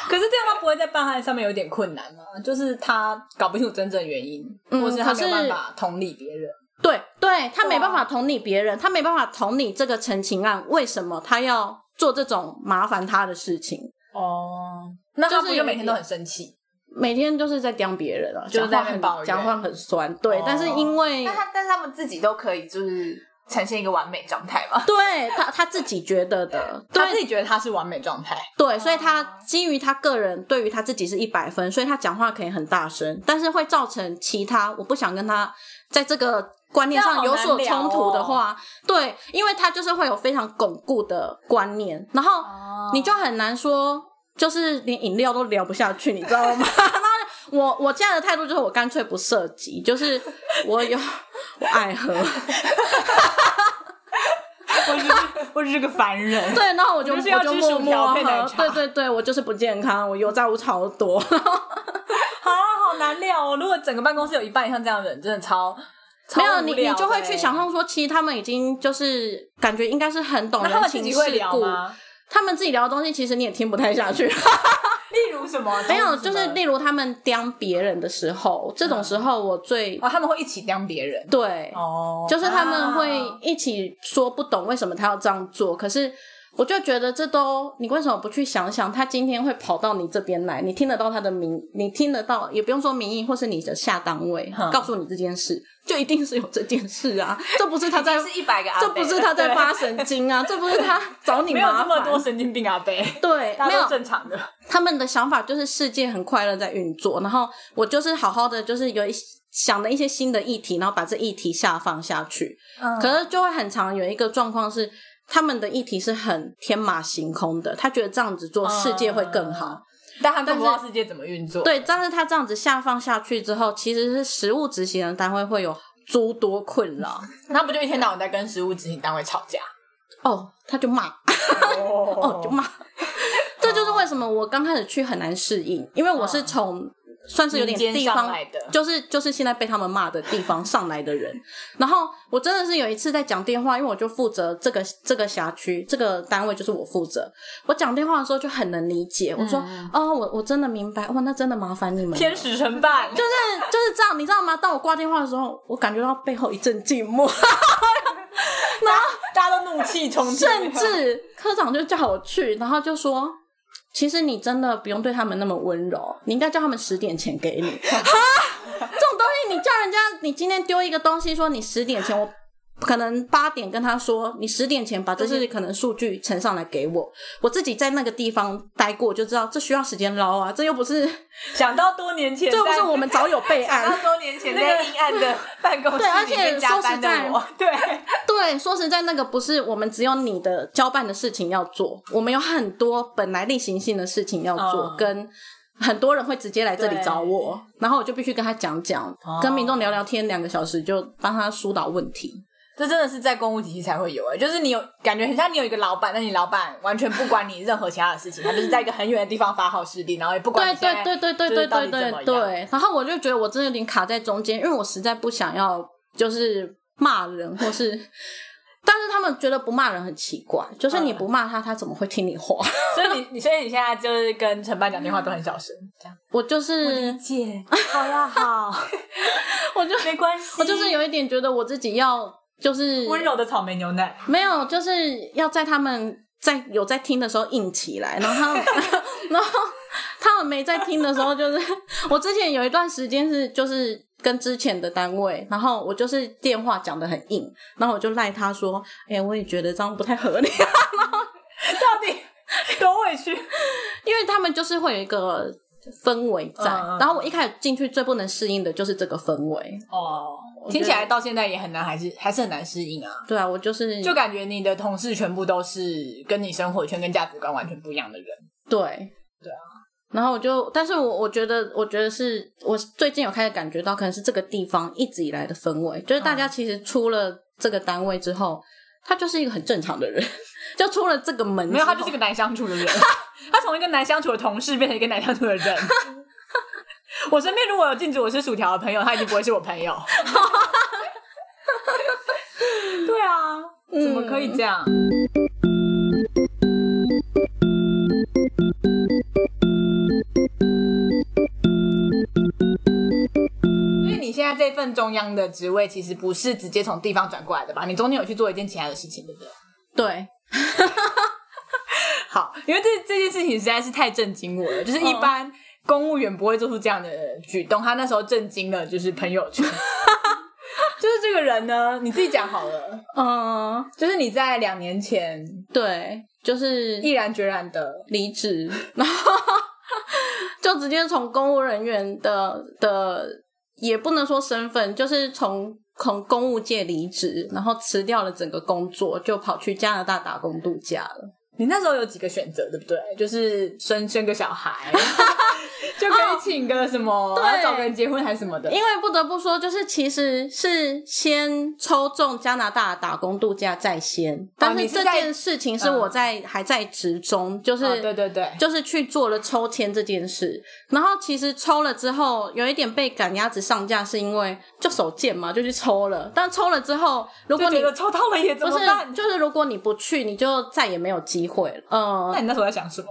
可是这样他不会在办案上面有点困难吗？就是他搞不清楚真正原因，嗯或是他没有可办是法同理别人。对对，他没办法同理别人，他没办法同理这个陈情案为什么他要做这种麻烦他的事情。哦，那他就不是就有每一天点都很生气？每天就是在刁别人啊，就是在那边讲话抱很怨讲话很酸，对，哦但是因为那他但是他们自己都可以就是呈现一个完美状态嘛？对他他自己觉得的，他自 对己觉得他是完美状 态，对，所以他基于他个人对于他自己是一百分，所以他讲话可以很大声，但是会造成其他我不想跟他在这个观念上有所冲突的话，对，因为他就是会有非常巩固的观念，然后哦你就很难说，就是连饮料都聊不下去，你知道吗？ 那我我现在的态度就是我干脆不涉及，就是我有我 爱喝，我只是我只是个凡人。对，然后我就你就是我要就吃默薯条默配奶喝，茶对对对，我就是不健康，我油炸物超多，啊，好难料哦！如果整个办公室有一半以上这样的人，真的超超没有无你聊你就会的去欸想。象说，其实他们已经就是感觉应该是很懂那他人们自情己世会聊故，吗？他们自己聊的东西其实你也听不太 下去。例如什么？啊没有，例如什就么是例如他们刁别人的时候，这种时候我最、嗯哦，他们会一起刁别人。对。哦，啊就是他们会一起说不懂为什么他要这样做，可是我就觉得这都你为什么不去想想，他今天会跑到你这边来，你听得到他的名，你听得到，也不用说名义或是你的下单位、嗯告诉你这件事，就一定是有这件 事啊，这不是他在，是一百个阿这不伯是他在发神 经啊，这不是他找你没有麻这么多烦。神经病啊，贝。对，大没家有都，正常的，他们的想法就是世界很快乐在运作，然后我就是好好的，就是有一想的一些新的议题，然后把这议题下放下去。嗯可是就会很常有一个状况是，他们的议题是很天马行空的，他觉得这样子做世界会更好。但他们但不是知道世界怎么运作。对，但是他这样子下放下去之后，其实是实务执行的单位会有诸多困扰。他不就一天到晚在跟食物执行单位吵架？ 哦，他就骂，哦哦 哦，就骂。这就是为什么我刚开始去很难适应，因为我是从算是有点民间地上方来的就是就是现在被他们骂的地方上来的人。然后我真的是有一次在讲电话，因为我就负责这个这个辖区这个单位，就是我负责。我讲电话的时候就很能理解，我说、哦，我我真的明白，哇，那真的麻烦你们了。天使嗯承办，就是就是这样，你知道吗？当我挂电话的时候，我感觉到背后一阵寂寞， 大家都怒气冲天，甚至科长就叫我去，然后就说。其实你真的不用对他们那么温柔，你应该叫他们十点前给你。哈，这种东西你叫人家，你今天丢一个东西说你十点前，我可能八点跟他说你十点前把这些可能数据呈上来给我，我自己在那个地方待过就知道这需要时间捞啊，这又不是 想到多年前，这又不是我们早有备案，那多年前那个在阴 暗的办公对而室里且面加班的说实在 我，对，对，说实在，那个不是我们只有你的交办的事情要做，我们有很多本来例行性的事情要做，嗯跟很多人会直接来这里找我，然后我就必须跟他讲讲，哦跟民众聊聊天，两个小时就帮他疏导问题。这真的是在公务体系才会有哎、就是你有感觉很像你有一个老板，但你老板完全不管你任何其他的事情，他就是在一个很远的地方发号施令，然后也不管对你现对在对对对就对是到对底怎么对样对。然后我就觉得我真的有点卡在中间，因为我实在不想要就是骂人或是。但是他们觉得不骂人很奇怪，就是嗯你不骂他，他怎么会听你话？ 所以你你所以你现在就是跟承办讲电话都很小声，这样我就是姐，好呀好， 我就没关系我就是有一点觉得我自己要就是温柔的草莓牛奶，没有，就是要在他们在有在听的时候硬起来，然后 他们然后他们没在听的时候，就是我之前有一段时间是就是跟之前的单位，然后我就是电话讲的很硬，然后我就赖他说，哎、我也觉得这样不太合理， 到 底多委屈？因为他们就是会有一个。氛围在，嗯嗯然后我一开始进去最不能适应的就是这个氛围。哦，听起来到现在也很难，还是还是很难适应啊。对啊，我就是就感觉你的同事全部都是跟你生活圈跟价值观完全不一样的人。对，对啊。然后我就，但是我我觉得，我觉得是我最近有开始感觉到，可能是这个地方一直以来的氛围，就是大家其实出了这个单位之后，他就是一个很正常的人， 就出哎了这个门之后，没有，他就是个难相处的人。 他从一个难相处的同事变成一个难相处的人。 我身边如果有禁止我吃薯条的朋友，他已经不会是我朋友。 对啊，怎么可以嗯这样？因为你现在这份中央的职位其实不是直接从地方转过来的吧？你中间有去做一件其他的事情，对不对？对，好，因为这这件事情实在是太震惊我了，就是嗯一般公务员不会做出这样的举动，他那时候震惊了，就是朋友 圈。就是这个人呢，你自己讲好了。嗯、就是你在两年前对，就是毅然决然的，离职，然后就直接从公务人员的的也不能说身份，就是从从公务界离职，然后辞掉了整个工作，就跑去加拿大打工度假了。你那时候有几个选择，对不对？就是生生个小 孩，就可以请个什么，然后找个人结婚还是什么的。哦因为不得不说，就是其实是先抽中加拿大打工度假在先，但哦你是是这在件事情是我在、还在职中，就是、啊对对对，就是去做了抽签这件事。然后其实抽了之后，有一点被赶鸭子上架，是因为就手贱嘛，就去抽了。但抽了之后，如果就你觉得抽到了也怎不么是办？就是如果你不去，你就再也没有机会了。嗯 那，你那时候在想什 么？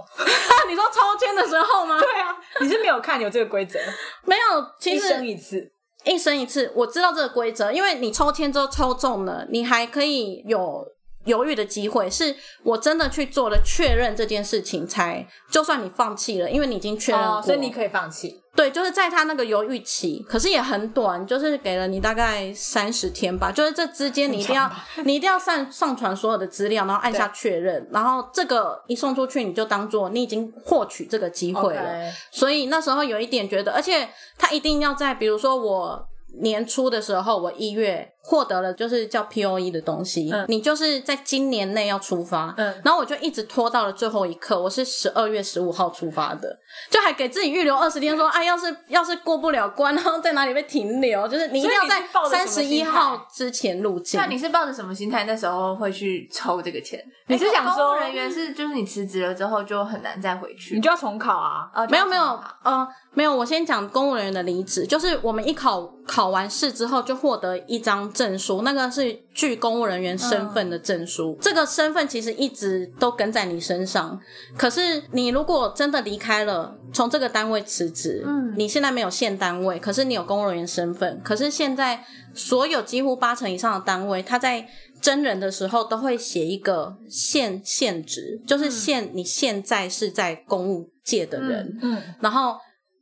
你说抽签的时候吗？对啊，你是没有看有这个规则， 没有，一其实生一次，一生一次，我知道这个规则，因为你抽签之后抽中了，你还可以有犹豫的机会。是我真的去做了确认这件事情才，就算你放弃了，因为你已经确认过、哦，所以你可以放弃。对，就是在他那个犹豫期，可是也很短，就是给了你大概三十天吧。就是这之间你一定要，你一定要上上传所有的资料，然后按下确认，然后这个一送出去，你就当做你已经获取这个机会了。 OK 所以那时候有一点觉得，而且他一定要在，比如说我年初的时候，我一月获得了就是叫 POE 的东西，嗯你就是在今年内要出发，嗯然后我就一直拖到了最后一刻，我是十二月十五号出发的，就还给自己预留二十天说，哎，要是要是过不了关，然后在哪里被停留，就是你一定要所以在你是抱着什三么十心一态号之前入境那。你是抱着什么心态？那时候会去抽这个钱？你是想说公务人员是就是你辞职了之后就很难再回去你？就要重考啊。哦，没有没有，呃，没有。我先讲公务人员的离职，就是我们一考考完试之后就获得一张证书，那个是具公务人员身份的证嗯书。这个身份其实一直都跟在你身上，可是你如果真的离开了，从这个单位辞职，嗯你现在没有现单位，可是你有公务人员身份，可是现在所有几乎八成以上的单位，他在真人的时候都会写一个现现职，嗯就是现、你现在是在公务界的人，嗯，然后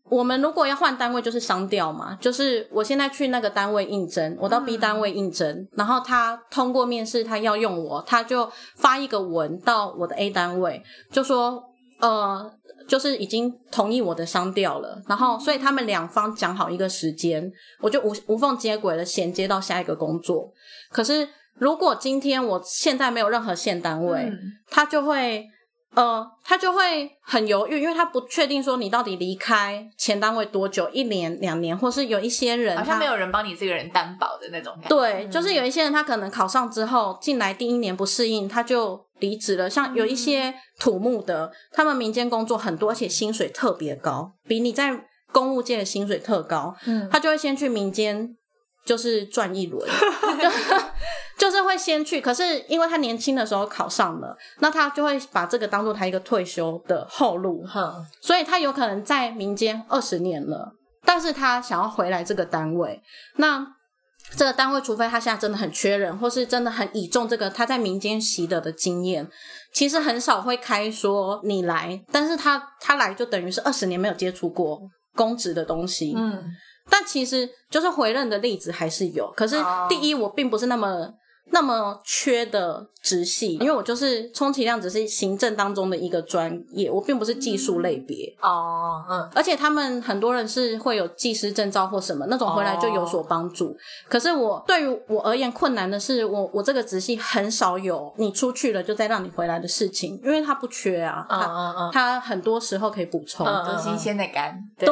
我们如果要换单位，就是商调嘛，就是我现在去那个单位应征，我到 B 单位应征，然后他通过面试，他要用我，他就发一个文到我的 A 单位，就说呃，就是已经同意我的商调了，然后所以他们两方讲好一个时间，我就无无缝接轨的衔接到下一个工作。可是如果今天我现在没有任何现单位，嗯他就会呃，他就会很犹豫，因为他不确定说你到底离开前单位多久，一年、两年，或是有一些人好他像没有人帮你这个人担保的那种感觉。嗯对，就是有一些人他可能考上之后进来第一年不适应，他就离职了。像有一嗯些土木的，他们民间工作很多，而且薪水特别高，比你在公务界的薪水特高。嗯他就会先去民间，就是转一 轮，就就是会先去。可是因为他年轻的时候考上了，那他就会把这个当做他一个退休的后路。哼，所以他有可能在民间二十年了，但是他想要回来这个单位，那这个单位除非他现在真的很缺人，或是真的很倚重这个他在民间习得的经验，其实很少会开说你来，但是他他来就等于是二十年没有接触过公职的东西，嗯，但其实就是回任的例子还是有，可是哦第一，我并不是那么那么缺的直系，因为我就是充其量只是行政当中的一个专业，我并不是技术类别。哦，嗯，而且他们很多人是会有技师证照或什么那种回来就有哦所帮助。可是我对于我而言困难的是，我我这个直系很少有你出去了就再让你回来的事情，因为他不缺啊，嗯他嗯嗯，他很多时候可以补充。嗯多新鲜的肝，对，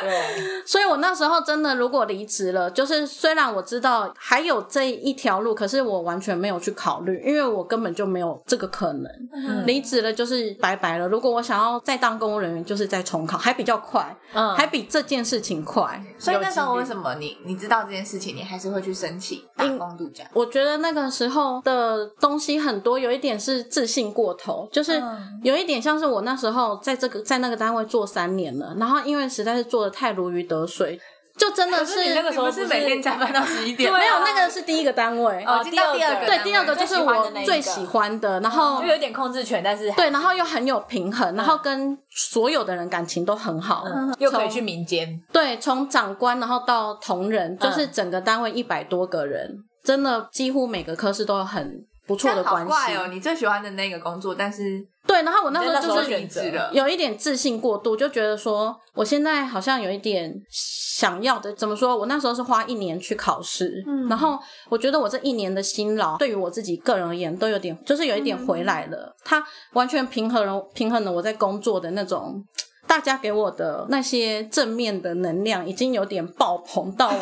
对，所以我那时候真的如果离职了，就是虽然我知道还有这一条路，可是我完全没有去考虑，因为我根本就没有这个可能。嗯嗯离职了就是拜拜了。如果我想要再当公务人员，就是再重考，还比较快，嗯，还比这件事情快。所以那时候为什么你你知道这件事情，你还是会去申请打工度假？我觉得那个时候的东西很多，有一点是自信过头，就是嗯有一点像是我那时候在这个在那个单位做三年了，然后因为实在是做的太如鱼得水，就真的是你那个时候不不是是每天加班到十一点？没有啊那个是第一个单位，哦，进到第二个，对，第二个就是我最喜欢的那一个嗯最喜欢的，然后就有点控制权，但是还对，然后又很有平衡，然后跟所有的人感情都很好，又可以去民间，对，从长官然后到同仁，就是嗯整个单位一百多个人，真的几乎每个科室都有很不这错样的好关怪系。哦！你最喜欢的那个工作，但是对，然后我那时那时候候就选是择离职了有一点自信过度，就觉得说我现在好像有一点想要的，怎么说？我那时候是花一年去考试，嗯然后我觉得我这一年的辛劳，对于我自己个人而言，都有点就是有一点回来了，嗯它完全平衡了平衡了我在工作的那种。大家给我的那些正面的能量已经有点爆棚 到我，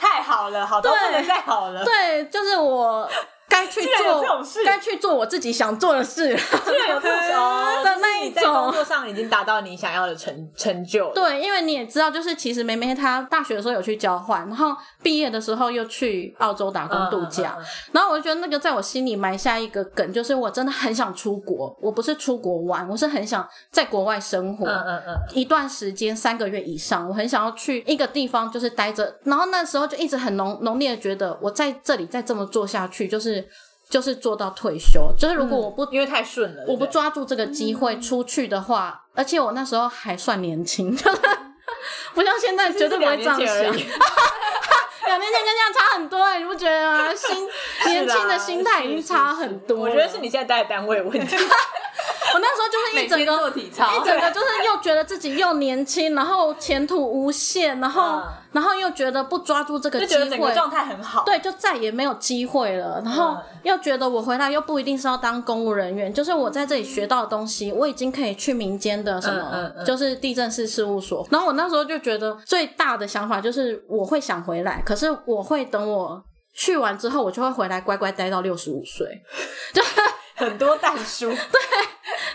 太好了，好到不能再好了，对，就是我该去然有这做种事，该去做我自己想做的事。对，有这种哦，的就是那一你在种工作上已经达到你想要的成成就了，对，因为你也知道，就是其实梅梅她大学的时候有去交换，然后毕业的时候又去澳洲打工嗯度假，，然后我就觉得那个在我心里埋下一个梗，就是我真的很想出国，我不是出国玩，我是很想在国外生活。嗯嗯嗯嗯嗯，一段时间，三个月以上，我很想要去一个地方，就是待着。然后那时候就一直很浓浓烈的觉得，我在这里再这么做下去，就是就是做到退休。就是如果嗯我不、因为太顺了，我不对对嗯抓住这个机会出去的话，而且我那时候还算年轻， 就是不像现在绝对不会这样就是想。两年前而已 两年前跟现在差很多、欸，你不觉得吗？心年轻的心态已经差很多我啊了 觉得是你现在待的单位有问题，我那时候就是一整个啊做体操一整个就是又觉得自己又年轻，然后前途无限，然后、嗯然后又觉得不抓住这个就机觉得整个会，状态很好。对，就再也没有机会了。然嗯后又觉得我回来又不一定是要当公务人员，就是我在这里学到的东西，我已经可以去民间的什么，嗯嗯嗯就是地震师事务所。然后我那时候就觉得最大的想法就是我会想回来，可是我会等我去完之后，我就会回来乖乖待到六十五岁。 很多蛋书，对，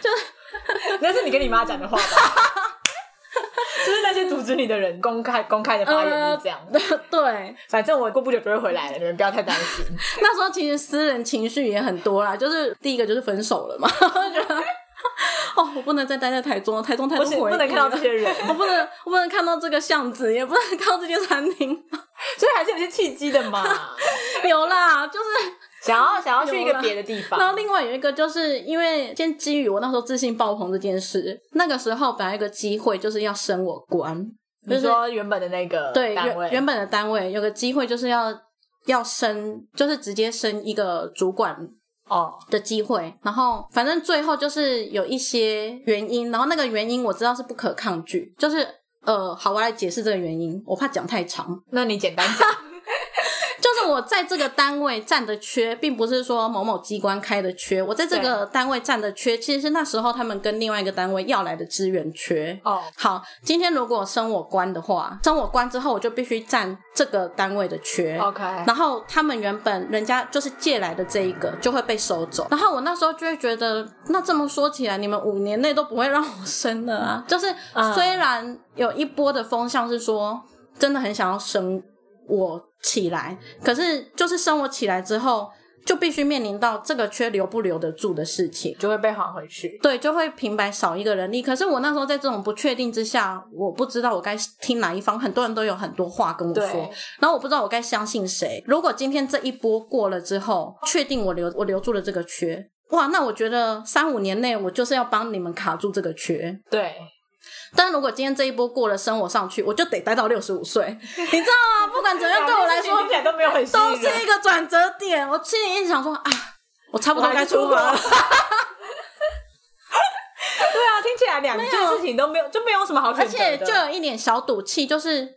就是那是你跟你妈讲的话吧？ 就是那些阻止你的人，公开公开的发呃言是这样。对，反正我过不久就会回来了，你们不要太担 心。那时候其实私人情绪也很多啦，就是第一个就是分手了嘛， 就觉得哦，我不能再待在台中了，台中太不多行，回忆不能看到这了些 人，我不能，我不能看到这个巷子，也不能看到这间餐厅。 所以还是有些契机的嘛。有啦，就是，想要想要去一有个啦别的地然后方，另外有一个，就是因为先基于我那时候自信爆棚这件事，那个时候本来有个机会就是要升我官，就你是说原本的那个对单位原，原本的单位有个机会就是要要升，就是直接升一个主管哦，的机会，然后反正最后就是有一些原因，然后那个原因我知道是不可抗拒，就是呃，好，我来解释这个原因，我怕讲太长，那你简单讲， 就是我在这个单位占的缺，并不是说某某机关开的缺，我在这个单位占的缺，其实是那时候他们跟另外一个单位要来的资源缺。哦，好，今天如果升我官的话，升我官之后，我就必须占这个单位的缺。 OK 然后他们原本人家就是借来的这一个就会被收走。然后我那时候就会觉得，那这么说起来，你们五年内都不会让我升了啊。 就是嗯虽然有一波的风向是说，真的很想要升我起来，可是就是升我起来之后，就必须面临到这个缺留不留得住的事情。就会被还回去。对，就会平白少一个人力。可是我那时候在这种不确定之下，我不知道我该听哪一方，很多人都有很多话跟我对说，然后我不知道我该相信谁。如果今天这一波过了之后，确定我留我留住了这个缺，哇，那我觉得三五年内我就是要帮你们卡住这个缺。对，但如果今天这一波过了，升我上去，我就得待到六十 五岁，你知道吗？不管怎样，对我来说听起来都没有很吸都引是人一个转折点。我心里一直想说啊，我差不多我还该是出出发了。 对啊，听起来两件事情都没有，就没有什么好选而择且的就有一点小赌气，就是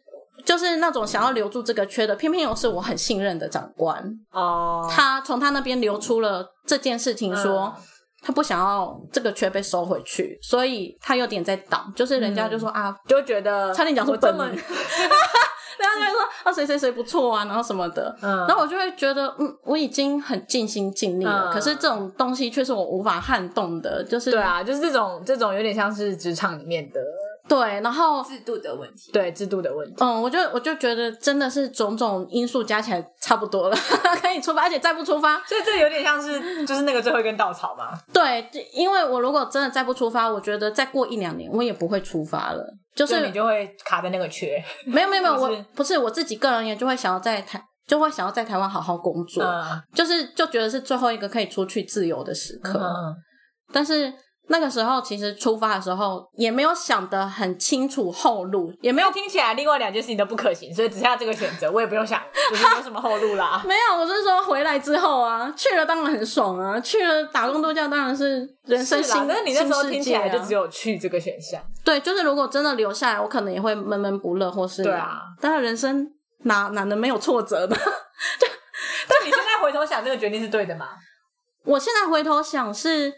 就是那种想要留住这个缺的，偏偏又是我很信任的长官，哦，他从他那边流出了这件事情说。嗯他不想要这个缺被收回去，所以他有点在挡，就是人家就说、啊，就觉得差点讲出嗯我这本么 名，然后就会说啊谁谁谁不错啊，然后什么的，嗯然后我就会觉得嗯，我已经很尽心尽力嗯了，可是这种东西却是我无法撼动的，就是对啊，就是这种这种有点像是职场里面的对，然后制度的问题。对制度的问题。嗯，我就我就觉得真的是种种因素加起来差不多了， 可以出发，而且再不出发，所以这有点像是就是那个最后一根稻草嘛。对，就因为我如果真的再不出发，我觉得再过一两年我也不会出发了，就所以是你就会卡在那个缺，没有没有没是有，不是我不是我自己个人也就会想要在台。就会想要在台湾好好工作，嗯就是就觉得是最后一个可以出去自由的时刻。嗯，但是那个时候，其实出发的时候也没有想得很清楚后路，也没没有。有听起来另外两件事情都不可行，所以只剩下这个选择，我也不用想，就是没有什么后路啦没有，我是说回来之后啊，去了当然很爽啊，去了打工度假当然是 人生是啦新，啊但是你那时候听起来就只有、有去这个选项，对，就是如果真的留下来，我可能也会闷闷不乐，或是对啊，当然人生哪哪能没有挫折呢？ 但你现在回头想，这个决定是对的嘛？我现在回头想是。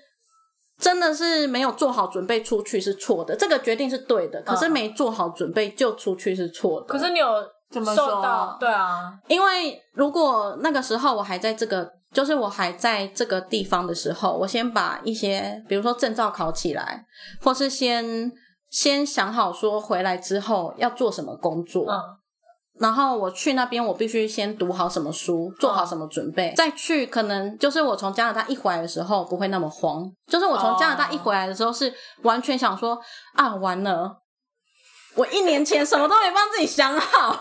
真的是没有做好准备出去是错的，这个决定是对的，可是嗯没做好准备就出去是错的。可是你有怎么受说到？对啊，因为如果那个时候我还在这个，就是我还在这个地方的时候，我先把一些，比如说证照考起来，或是先先想好说回来之后要做什么工作，嗯然后我去那边我必须先读好什么书，做好什么准备，再去可能就是我从加拿大一回来的时候不会那么慌，就是我从加拿大一回来的时候是完全想说啊完了，我一年前什么都没帮自己想好的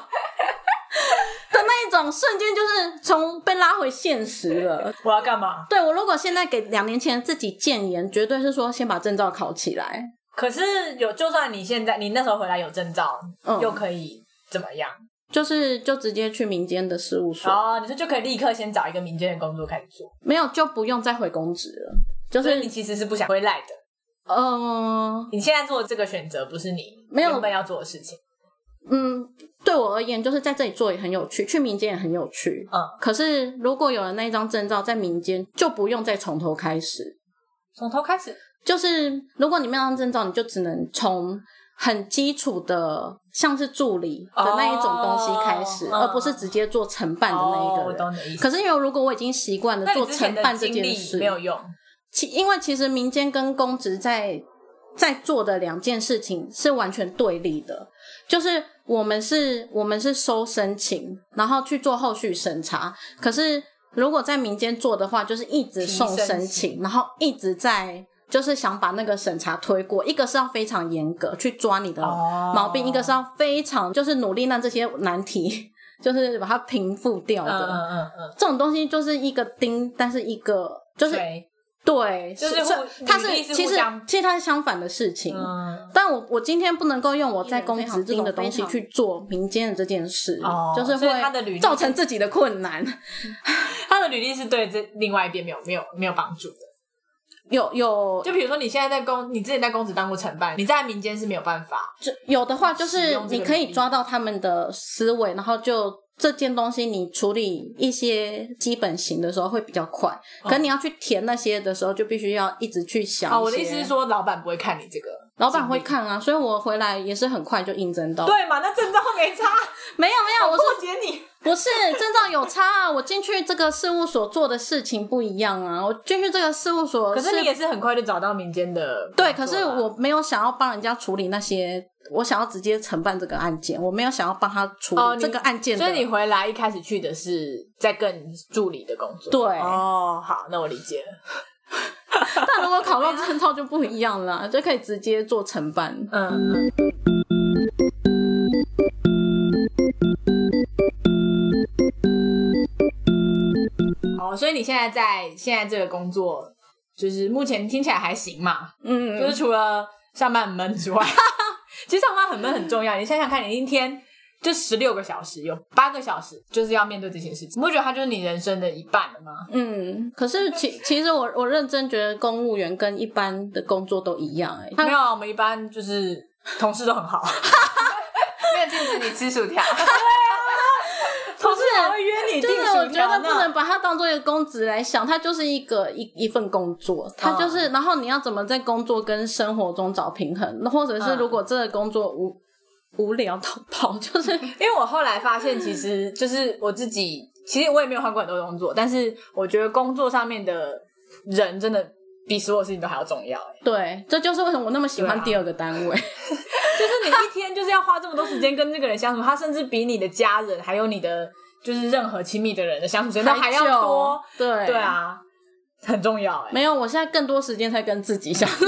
那一种瞬间，就是从被拉回现实了。我要干嘛？对我如果现在给两年前自己建言，绝对是说先把证照考起来，可是有，就算你现在你那时候回来有证照，嗯又可以怎么样？就是就直接去民间的事务所，哦，你说就可以立刻先找一个民间的工作开始做，没有就不用再回公职了，就所是以你其实是不想回来的。呃，你现在做的这个选择不是你没有原本要做的事情，嗯，对我而言，就是在这里做也很有趣，去民间也很有趣。嗯，可是如果有了那一张证照，在民间就不用再从头开始。从头开始。就是如果你没有那张证照，你就只能从很基础的，像是助理的那一种东西开始，哦嗯而不是直接做承办的那一哦，个我人。懂你的意思。可是因为如果我已经习惯了那做你之前承的办这经件历事，没有用，其因为其实民间跟公职在在做的两件事情是完全对立的，就是我们是我们是收申请，然后去做后续审查，可是如果在民间做的话，就是一直送申请，然后一直在。就是想把那个审查推过，一个是要非常严格去抓你的哦哦毛病，一个是要非常就是努力让这些难题就是把它平复嗯掉的。嗯嗯嗯，这种东西就是一个钉，但是一个就是对，对，就是是互它履是历是其互实相其实它是相反的事情。嗯，但我我今天不能够用我一在人公非职常定的这种东西非常去做民间的这件事，哦就是所以他的履会历造成自己的困难。他的履历是对这另外一边没有没有没有帮助的。有有就比如说你现在在公，你之前在公职当过承办，你在民间是没有办法。就有的话，就使是用这你个可能以力抓到他们的思维，然后就这件东西你处理一些基本型的时候会比较快，可你要去填那些的时候，就必须要一直去想一些。哦哦，我的意思是说，老板不会看你这个，老板会看啊，所以我回来也是很快就应征到。对嘛？那证照没 差，没有没有，我是破解你。 不是，证照有差啊！我进去这个事务所做的事情不一样啊，我进去这个事务所可是你也是很快就找到民间的工作对，啦，可是我没有想要帮人家处理那些，我想要直接承办这个案件，我没有想要帮他处哦理你这个案件的、所以你回来一开始去的是在更助理的工作。对，哦，好，那我理解了。但如果考到证照就不一样了，就可以直接做承办。嗯，好，哦所以你现在在现在这个工作，就是目前听起来还行嘛，嗯，就是除了上班很闷之外， 其实上班很闷很重要。你想想看，你一天就十六个小时，有八个小时就是要面对这件事情，你不觉得它就是你人生的一半了吗？嗯，可是其其实我我认真觉得公务员跟一般的工作都一样哎、没他有啊，我们一般就是同事都很好，没有禁止你吃 薯条，同事还会约你就订是我薯觉条得不呢。能把它当做一个公职来想，它就是一个一一份工作，它就是，然后你要怎么在工作跟生活中找平衡，那或者是嗯如果这个工作无无聊到爆， 就是因为我后来发现，其实就是我自己，其实我也没有换过很多工作，但是我觉得工作上面的人真的比所有事情都还要重要、欸。对，这就是为什么我那么喜对欢啊第二个单位。就是你一天就是要花这么多时间跟这个人相处，他甚至比你的家人还有你的就是任何亲密的人的相处时间都还要多。久对对，啊，很重要哎、没有，我现在更多时间在跟自己相处。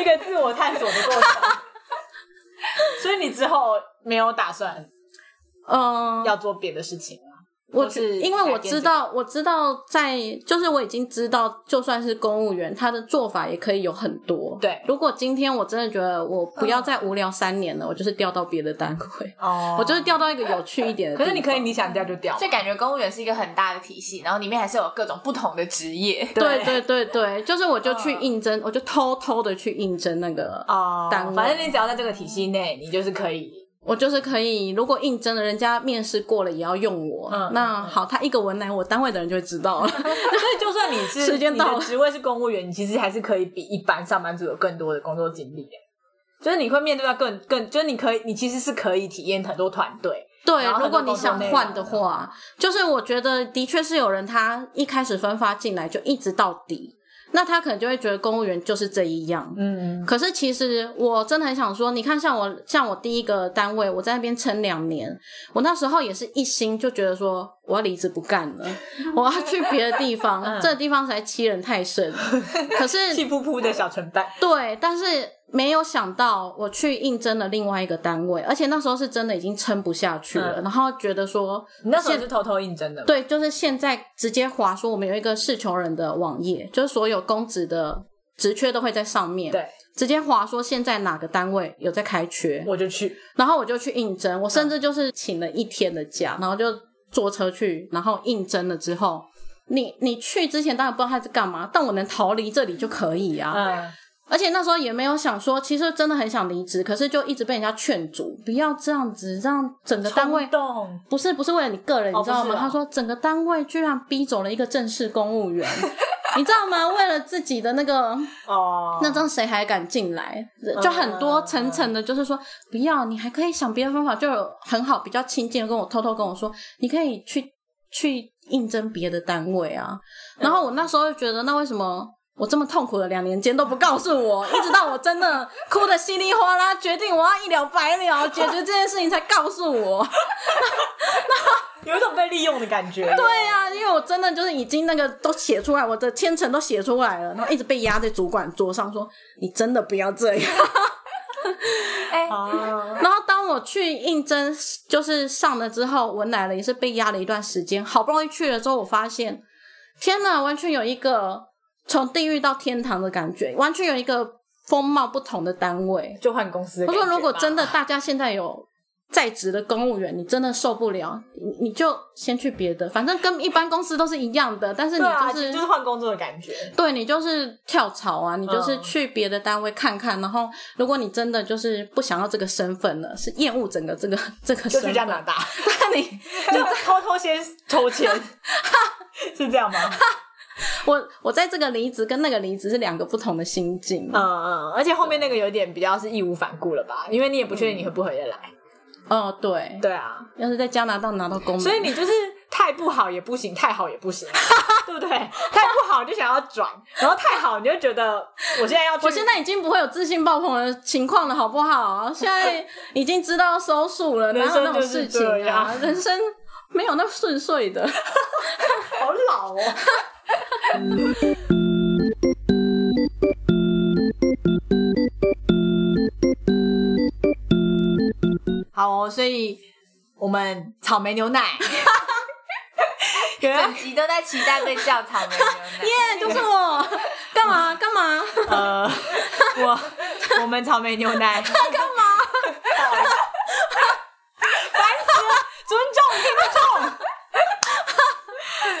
一个自我探索的过程。 所以你之后没有打算 嗯，要做别的事情吗？我或是因为我改变知道，我知道在就是我已经知道，就算是公务员，他的做法也可以有很多。对嗯如果今天我真的觉得我不要再无聊三年了，我就是调到别的单位，哦 我就是调到一个有趣一点的地可方。是你可以你想掉就掉，就感觉公务员是一个很大的体系，然后里面还是有各种不同的职业。对对对对，就是我就去应征，我就偷偷的去应征那个嗯哦，单位反正你只要在这个体系内，你就是可以。我就是可以，如果应征了，人家面试过了也要用我。嗯那好，他一个文来，我单位的人就会知道了。 所以就算你是时间到了你的职位是公务员，你其实还是可以比一般上班族有更多的工作经历耶。就是你会面对到更更，就是你可以，你其实是可以体验很多团队。对然，后如很多果你工作想内容换的话，就是我觉得的确是有人他一开始分发进来就一直到底，那他可能就会觉得公务员就是这一样。嗯，可是其实我真的很想说，你看像我像我第一个单位，我在那边撑两年，我那时候也是一心就觉得说我要离职不干了，我要去别的 地方，嗯这个地方实在欺人太甚。可是气扑扑的小承办，对，但是没有想到我去应征了另外一个单位，而且那时候是真的已经撑不下去了，嗯然后觉得说，你那时候是偷偷应征的吗，对，就是现在直接划说我们有一个是穷人的网页，就是所有公职的职缺都会在上面，对，直接划说现在哪个单位有在开缺，我就去。然后我就去应征，我甚至就是请了一天的假，然后就坐车去，然后应征了之后。你你去之前当然不知道他在干嘛，但我能逃离这里就可以啊。嗯，而且那时候也没有想说，其实真的很想离职，可是就一直被人家劝阻，不要这样子，让整个单位动不是不是为了你个人，哦你知道不吗？是哦他说整个单位居然逼走了一个正式公务 员，你知道吗？为了自己的那个，哦，那这样谁还敢进来？就很多层层的，就是说不要，你还可以想别的方法，就有很好比较亲近的跟我偷偷跟我说，你可以去去应征别的单位啊。然后我那时候就觉得，那为什么？我这么痛苦的两年间都不告诉我，一直到我真的哭的稀里哗啦，决定我要一了百了，解决这件事情才告诉我。有一种被利用的感觉。对呀、因为我真的就是已经那个都写出来，我的千层都写出来了，然后一直被压在主管桌上说：“你真的不要这样。啊，”然后当我去应征，就是上了之后，我奶了也是被压了一段时间，好不容易去了之后，我发现，天哪，完全有一个从地狱到天堂的感觉，完全有一个风貌不同的单位。就换公司的我感觉说，吧。如果真的大家现在有在职的公务员，你真的受不了，你你就先去别的，反正跟一般公司都是一样的。但是你对啊，就、就是是换工作的感觉。对你就是跳槽啊，你嗯就是去别的单位看看。然后，如果你真的就是不想要这个身份了，是厌恶整个这 个这个就身去份，加拿大，那你就偷偷先抽 签，是这样吗？我我在这个离职跟那个离职是两个不同的心境。嗯嗯，而且后面那个有点比较是义无反顾了吧，因为你也不确定你会不会回得来。哦，对，对啊，要是在加拿大拿到公民，所以你就是太不好也不行，太好也不 行，对不对？太不好就想要转，然后太好你就觉得我现在要去，我现在已经不会有自信爆棚的情况了，好不好？现在已经知道收束了，哪 人有生那种事情就是这啊？样人生没有那么顺遂 的。好 老哦。好哦，所以我们草莓牛 奶，整集都在期待被叫草莓牛啊奶。耶、就是我， 干嘛干嘛？呃，我我们草莓牛奶干嘛？烦死了，尊重听众。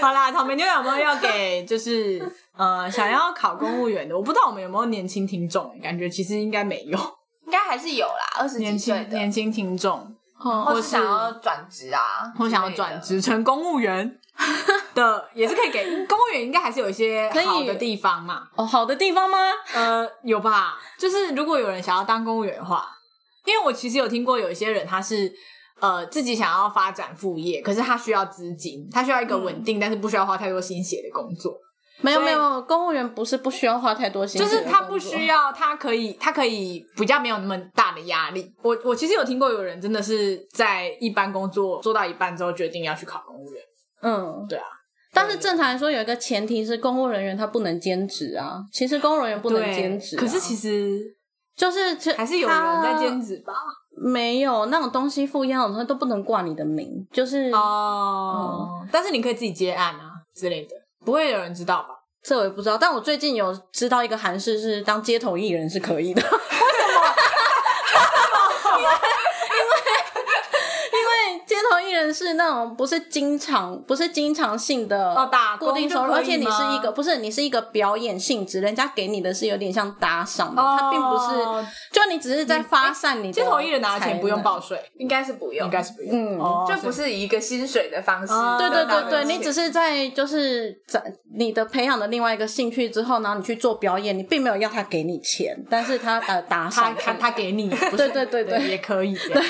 好啦，草莓牛奶有没有要给就是呃想要考公务员的？我不知道我们有没有年轻听众，欸感觉其实应该没有应该还是有啦，二十年几岁轻的，年轻听众，或或是是想要转职啊，我想要转职成公务员的，也是可以给公务员，应该还是有一些可以好的地方嘛。哦，好的地方吗？呃，有吧？就是如果有人想要当公务员的话，因为我其实有听过有一些人他是呃自己想要发展副业，可是他需要资金，他需要一个嗯稳定、但是不需要花太多心血的工作，没有所以没有，公务员不是不需要花太多心就思的是工作，他不需要，他可以他可以比较没有那么大的压力。我我其实有听过有人真的是在一般工作做到一半之后决定要去考公务员，嗯，对啊。但是正常来说，有一个前提是公务人员他不能兼职啊。其实公务人员不能对兼职啊、可是其实就是其还是有人在兼职，职吧？没有那种东西附一样的东西都不能挂你的名，就是嗯哦，但是你可以自己接案啊之类的，不会有人知道吧？这我也不知道，但我最近有知道一个韩式是当街头艺人是可 以的。为什么？ 因为因为因为街头艺人是那种不是经常不是经常性的哦打工呃固定收入，就可以而且你是一个不是你是一个表演性质，人家给你的是有点像打赏哦的，他并不是就你只是在发散你的街头艺人拿的才钱能不用报税，应该是不用应，该是不用，嗯。哦就不是以一个薪水的方式哦得对到的对钱。对对，你只是在就是在你的培养的另外一个兴趣之后，然后你去做表演，你并没有要他给你钱，但是他呃打他赏他他给你，不对是对对对对，也可以这样。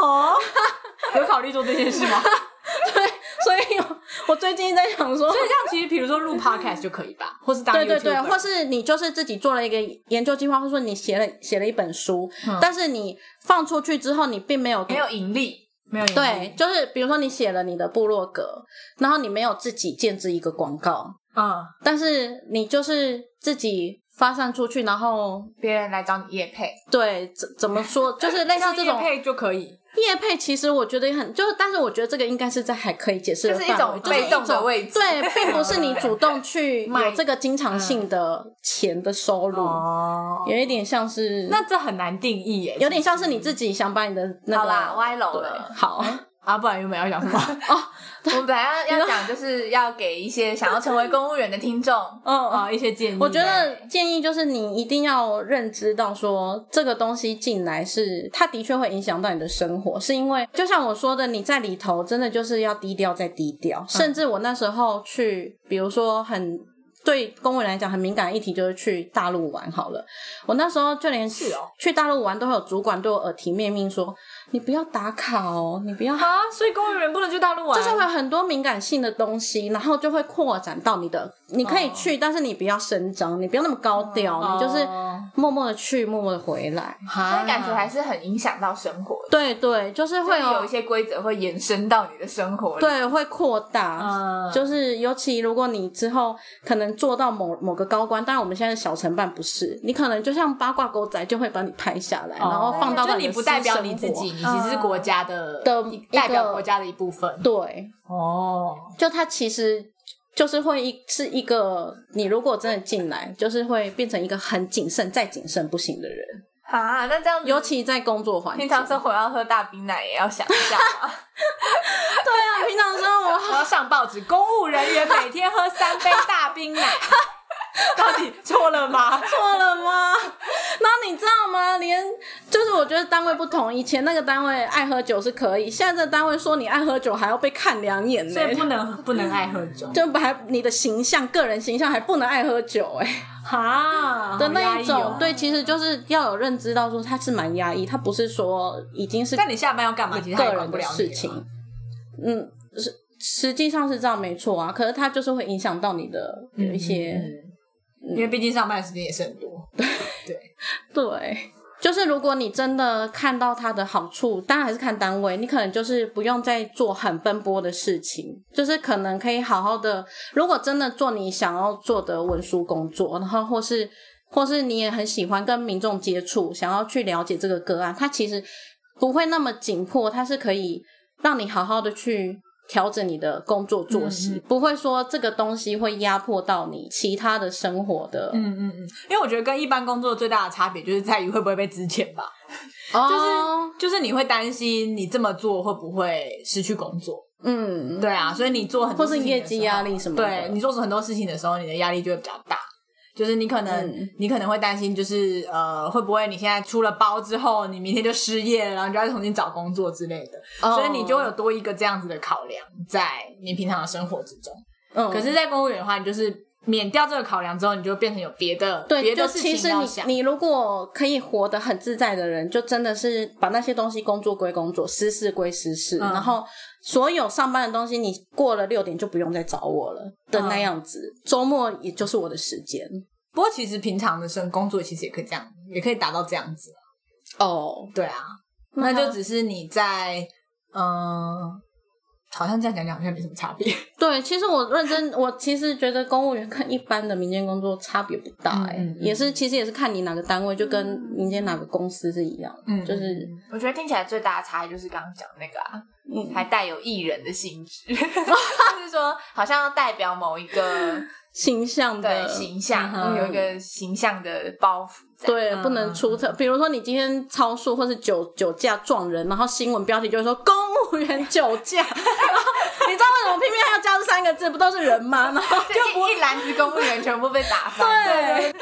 哦， 有考虑做这件事 吗？所以我我最近在想说所，以这样其实，比如说录 podcast 就可以吧，或是 当对对对， YouTuber 或是你就是自己做了一个研究计划，或者说你写了写了一本书，嗯但是你放出去之后，你并没有哎没有盈利，没有盈利对，，就是比如说你写了你的部落格，然后你没有自己建制一个广告，嗯，但是你就是自己发散出去，然后别人来找你业配，对，怎怎么说，就是类似这种 业配就可以，业配，其实我觉得也很就是，但是我觉得这个应该是在还可以解释的就是一范围，种就是一被动的种位置。对，并不是你主动去卖有这个经常性的钱的收入，哦，有一点像是那这很难定义耶，有点像是你自己想把你的那好个啦，歪楼对 了。好，，啊，不然原本要讲什么？ 我们本来要要讲，就是要给一些想要成为公务员的听众 嗯哦啊，一些建议。我觉得建议就是你一定要认知到说，这个东西进来是它的确会影响到你的生活，是因为就像我说的，你在里头真的就是要低调再低调。嗯甚至我那时候去，比如说很对公务员来讲很敏感的议题，就是去大陆玩好了。我那时候就连去、哦去大陆玩都会有主管对我耳提面命说：“你不要打卡哦，你不要啊，所以公务员不能去大陆玩，就是会有很多敏感性的东西，然后就会扩展到你的，你可以哦去，但是你不要声张，你不要那么高调，你就是哦默默的去，默默的回来。但感觉还是很影响到生活的，对对，就是会会有一些规则会延伸到你的生活里。对会扩嗯哦大，就是尤其如果你之后可能做到某某个高官，当然我们现在小承办不是，你可能就像八卦狗仔就会把你拍下来，然后放到哦就你你的不私代表生你自活嗯己，你其实是国家的的一一代表个国家的一部分。对，哦，就它其实就是会一是一个，你如果真的进来，就是会变成一个很谨慎再谨慎不行的人，啊，那这样子尤其在工作环境。平常生活要喝大冰奶也要想一 下嘛。对啊，平常生活然后上报纸，公务人员每天喝三杯大冰奶， 到底错了吗？错了吗？然后你知道吗？连就是我觉得单位不同，以前那个单位爱喝酒是可以，现在这个单位说你爱喝酒还要被看两眼呢、所以不能不能爱喝酒就还你的形象、个人形象还不能爱喝酒哎、哈的那一种，。对，其实就是要有认知到说他是蛮压抑，他不是说已经是但你下班要干嘛？其实他也啊个管人不的了你啊事嘛情。嗯，是实际上是这样没错啊，可是它就是会影响到你的嗯有一些、因为毕竟上班的时间也是很多。对。就是如果你真的看到它的好处，当然还是看单位，你可能就是不用再做很奔波的事情，就是可能可以好好的。如果真的做你想要做的文书工作，然后或是或是你也很喜欢跟民众接触，想要去了解这个个案，它其实不会那么紧迫，它是可以让你好好的去调整你的工作嗯作息，不会说这个东西会压迫到你其他的生活的。嗯嗯嗯，因为我觉得跟一般工作最大的差别就是在于会不会被支遣吧，哦，就是就是你会担心你这么做会不会失去工作。嗯，对啊，所以你做很多或是事情的业绩时候压力什么的对你做很多事情的时候，你的压力就会比较大。就是你可能、嗯你可能会担心，就是呃，会不会你现在出了包之后，你明天就失业了，然后你就要重新找工作之类的，哦所以你就会有多一个这样子的考量在你平常的生活之中。嗯可是，在公务员的话，你就是免掉这个考量之后，你就变成有别的对，别就的事其情实要你想。你如果可以活得很自在的人，就真的是把那些东西工作归工作，私事归私嗯事，然后所有上班的东西，你过了六点就不用再找我了的那样嗯子，周末也就是我的时间不过，其实平常的生工作其实也可以这样，也可以达到这样子。哦。对啊，那就只是你在嗯、呃好像这样讲讲好像没什么差别。对，其实我认真，我其实觉得公务员跟一般的民间工作差别不大、欸，哎、嗯嗯嗯也是其实也是看你哪个单位，就跟民间哪个公司是一样，嗯就是我觉得听起来最大的差异就是刚刚讲的那个啊，嗯还带有艺人的性 质，就是说好像要代表某一个形象的对形象，嗯有一个形象的包袱在。对，不能出特。比如说，你今天超速或是酒酒驾撞人，然后新闻标题就会说公务员酒 驾。然后你知道为什么偏偏还要加这三个字？不都是人吗？然后就一篮子公务员全部被打翻， 对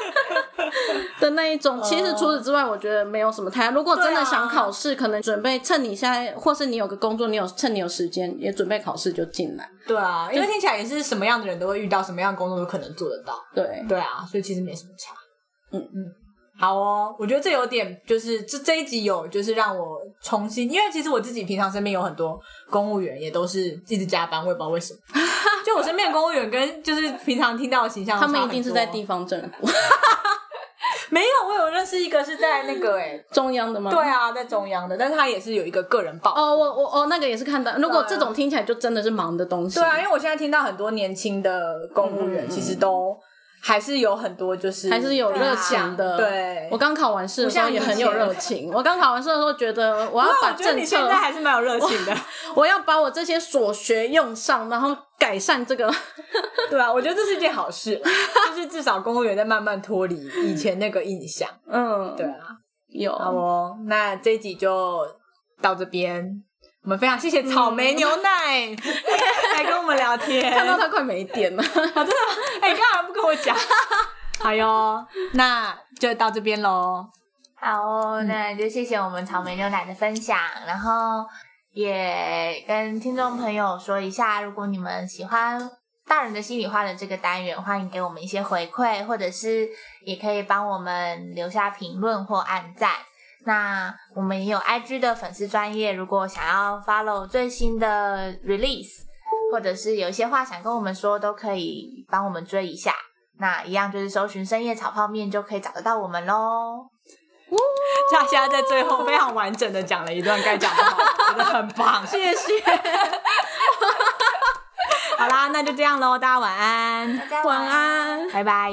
的那一哦种。其实除此之外，我觉得没有什么太大。如果真的想考试，可能准备趁你现在，或是你有个工作，你有趁你有时间也准备考试就进来。对啊，因为听起来也是什么样的人都会遇到，什么样的工作都可能做得到。对，对啊，所以其实没什么差。嗯嗯，好哦，我觉得这有点就是这这一集有就是让我重新，因为其实我自己平常身边有很多公务员也都是一直加班，我也不知道为什 么。就我身边的公务员跟就是平常听到的形象，他们一定是在地方政府没有，我有认识一个是在那 个哎、欸中央的吗？对。啊，在中央的，但是他也是有一个个人报。哦，我我哦，那个也是看到。如果这种听起来就真的是忙的东西，啊对啊，因为我现在听到很多年轻的公务员，其实都还是有很多就是还是有热情的。啊对我刚考完试的时候也很有热情。我刚考完试的时候觉得我要那把我觉得政你策现，在还是蛮有热情的，我要把我这些所学用上，然后改善这个。 对啊，我觉得这是一件好事， 就是至少公务员在慢慢脱离以前那个印象。嗯，对，啊，好 有。哦，那这一集就到这边。我们非常谢谢草莓牛奶嗯 来跟我们聊天，看到它快没电了。哎，你干嘛不跟我 讲？好哟，那就到这边喽。好哦，那就谢谢我们草莓牛奶的分享，然后也跟听众朋友说一下，如果你们喜欢《大人的心里话》的这个单元，欢迎给我们一些回馈，或者是也可以帮我们留下评论或按赞。那我们也有 IG 的粉丝专业，如果想要 follow 最新的 release，或者是有一些话想跟我们说，都可以帮我们追一下。那一样就是搜寻深夜炒泡面就可以找得到我们喽。他现在在最后非常完整的讲了一段该讲的话，我觉得很棒。谢 谢，好啦，那就这样喽，大家晚安，大家晚安拜拜。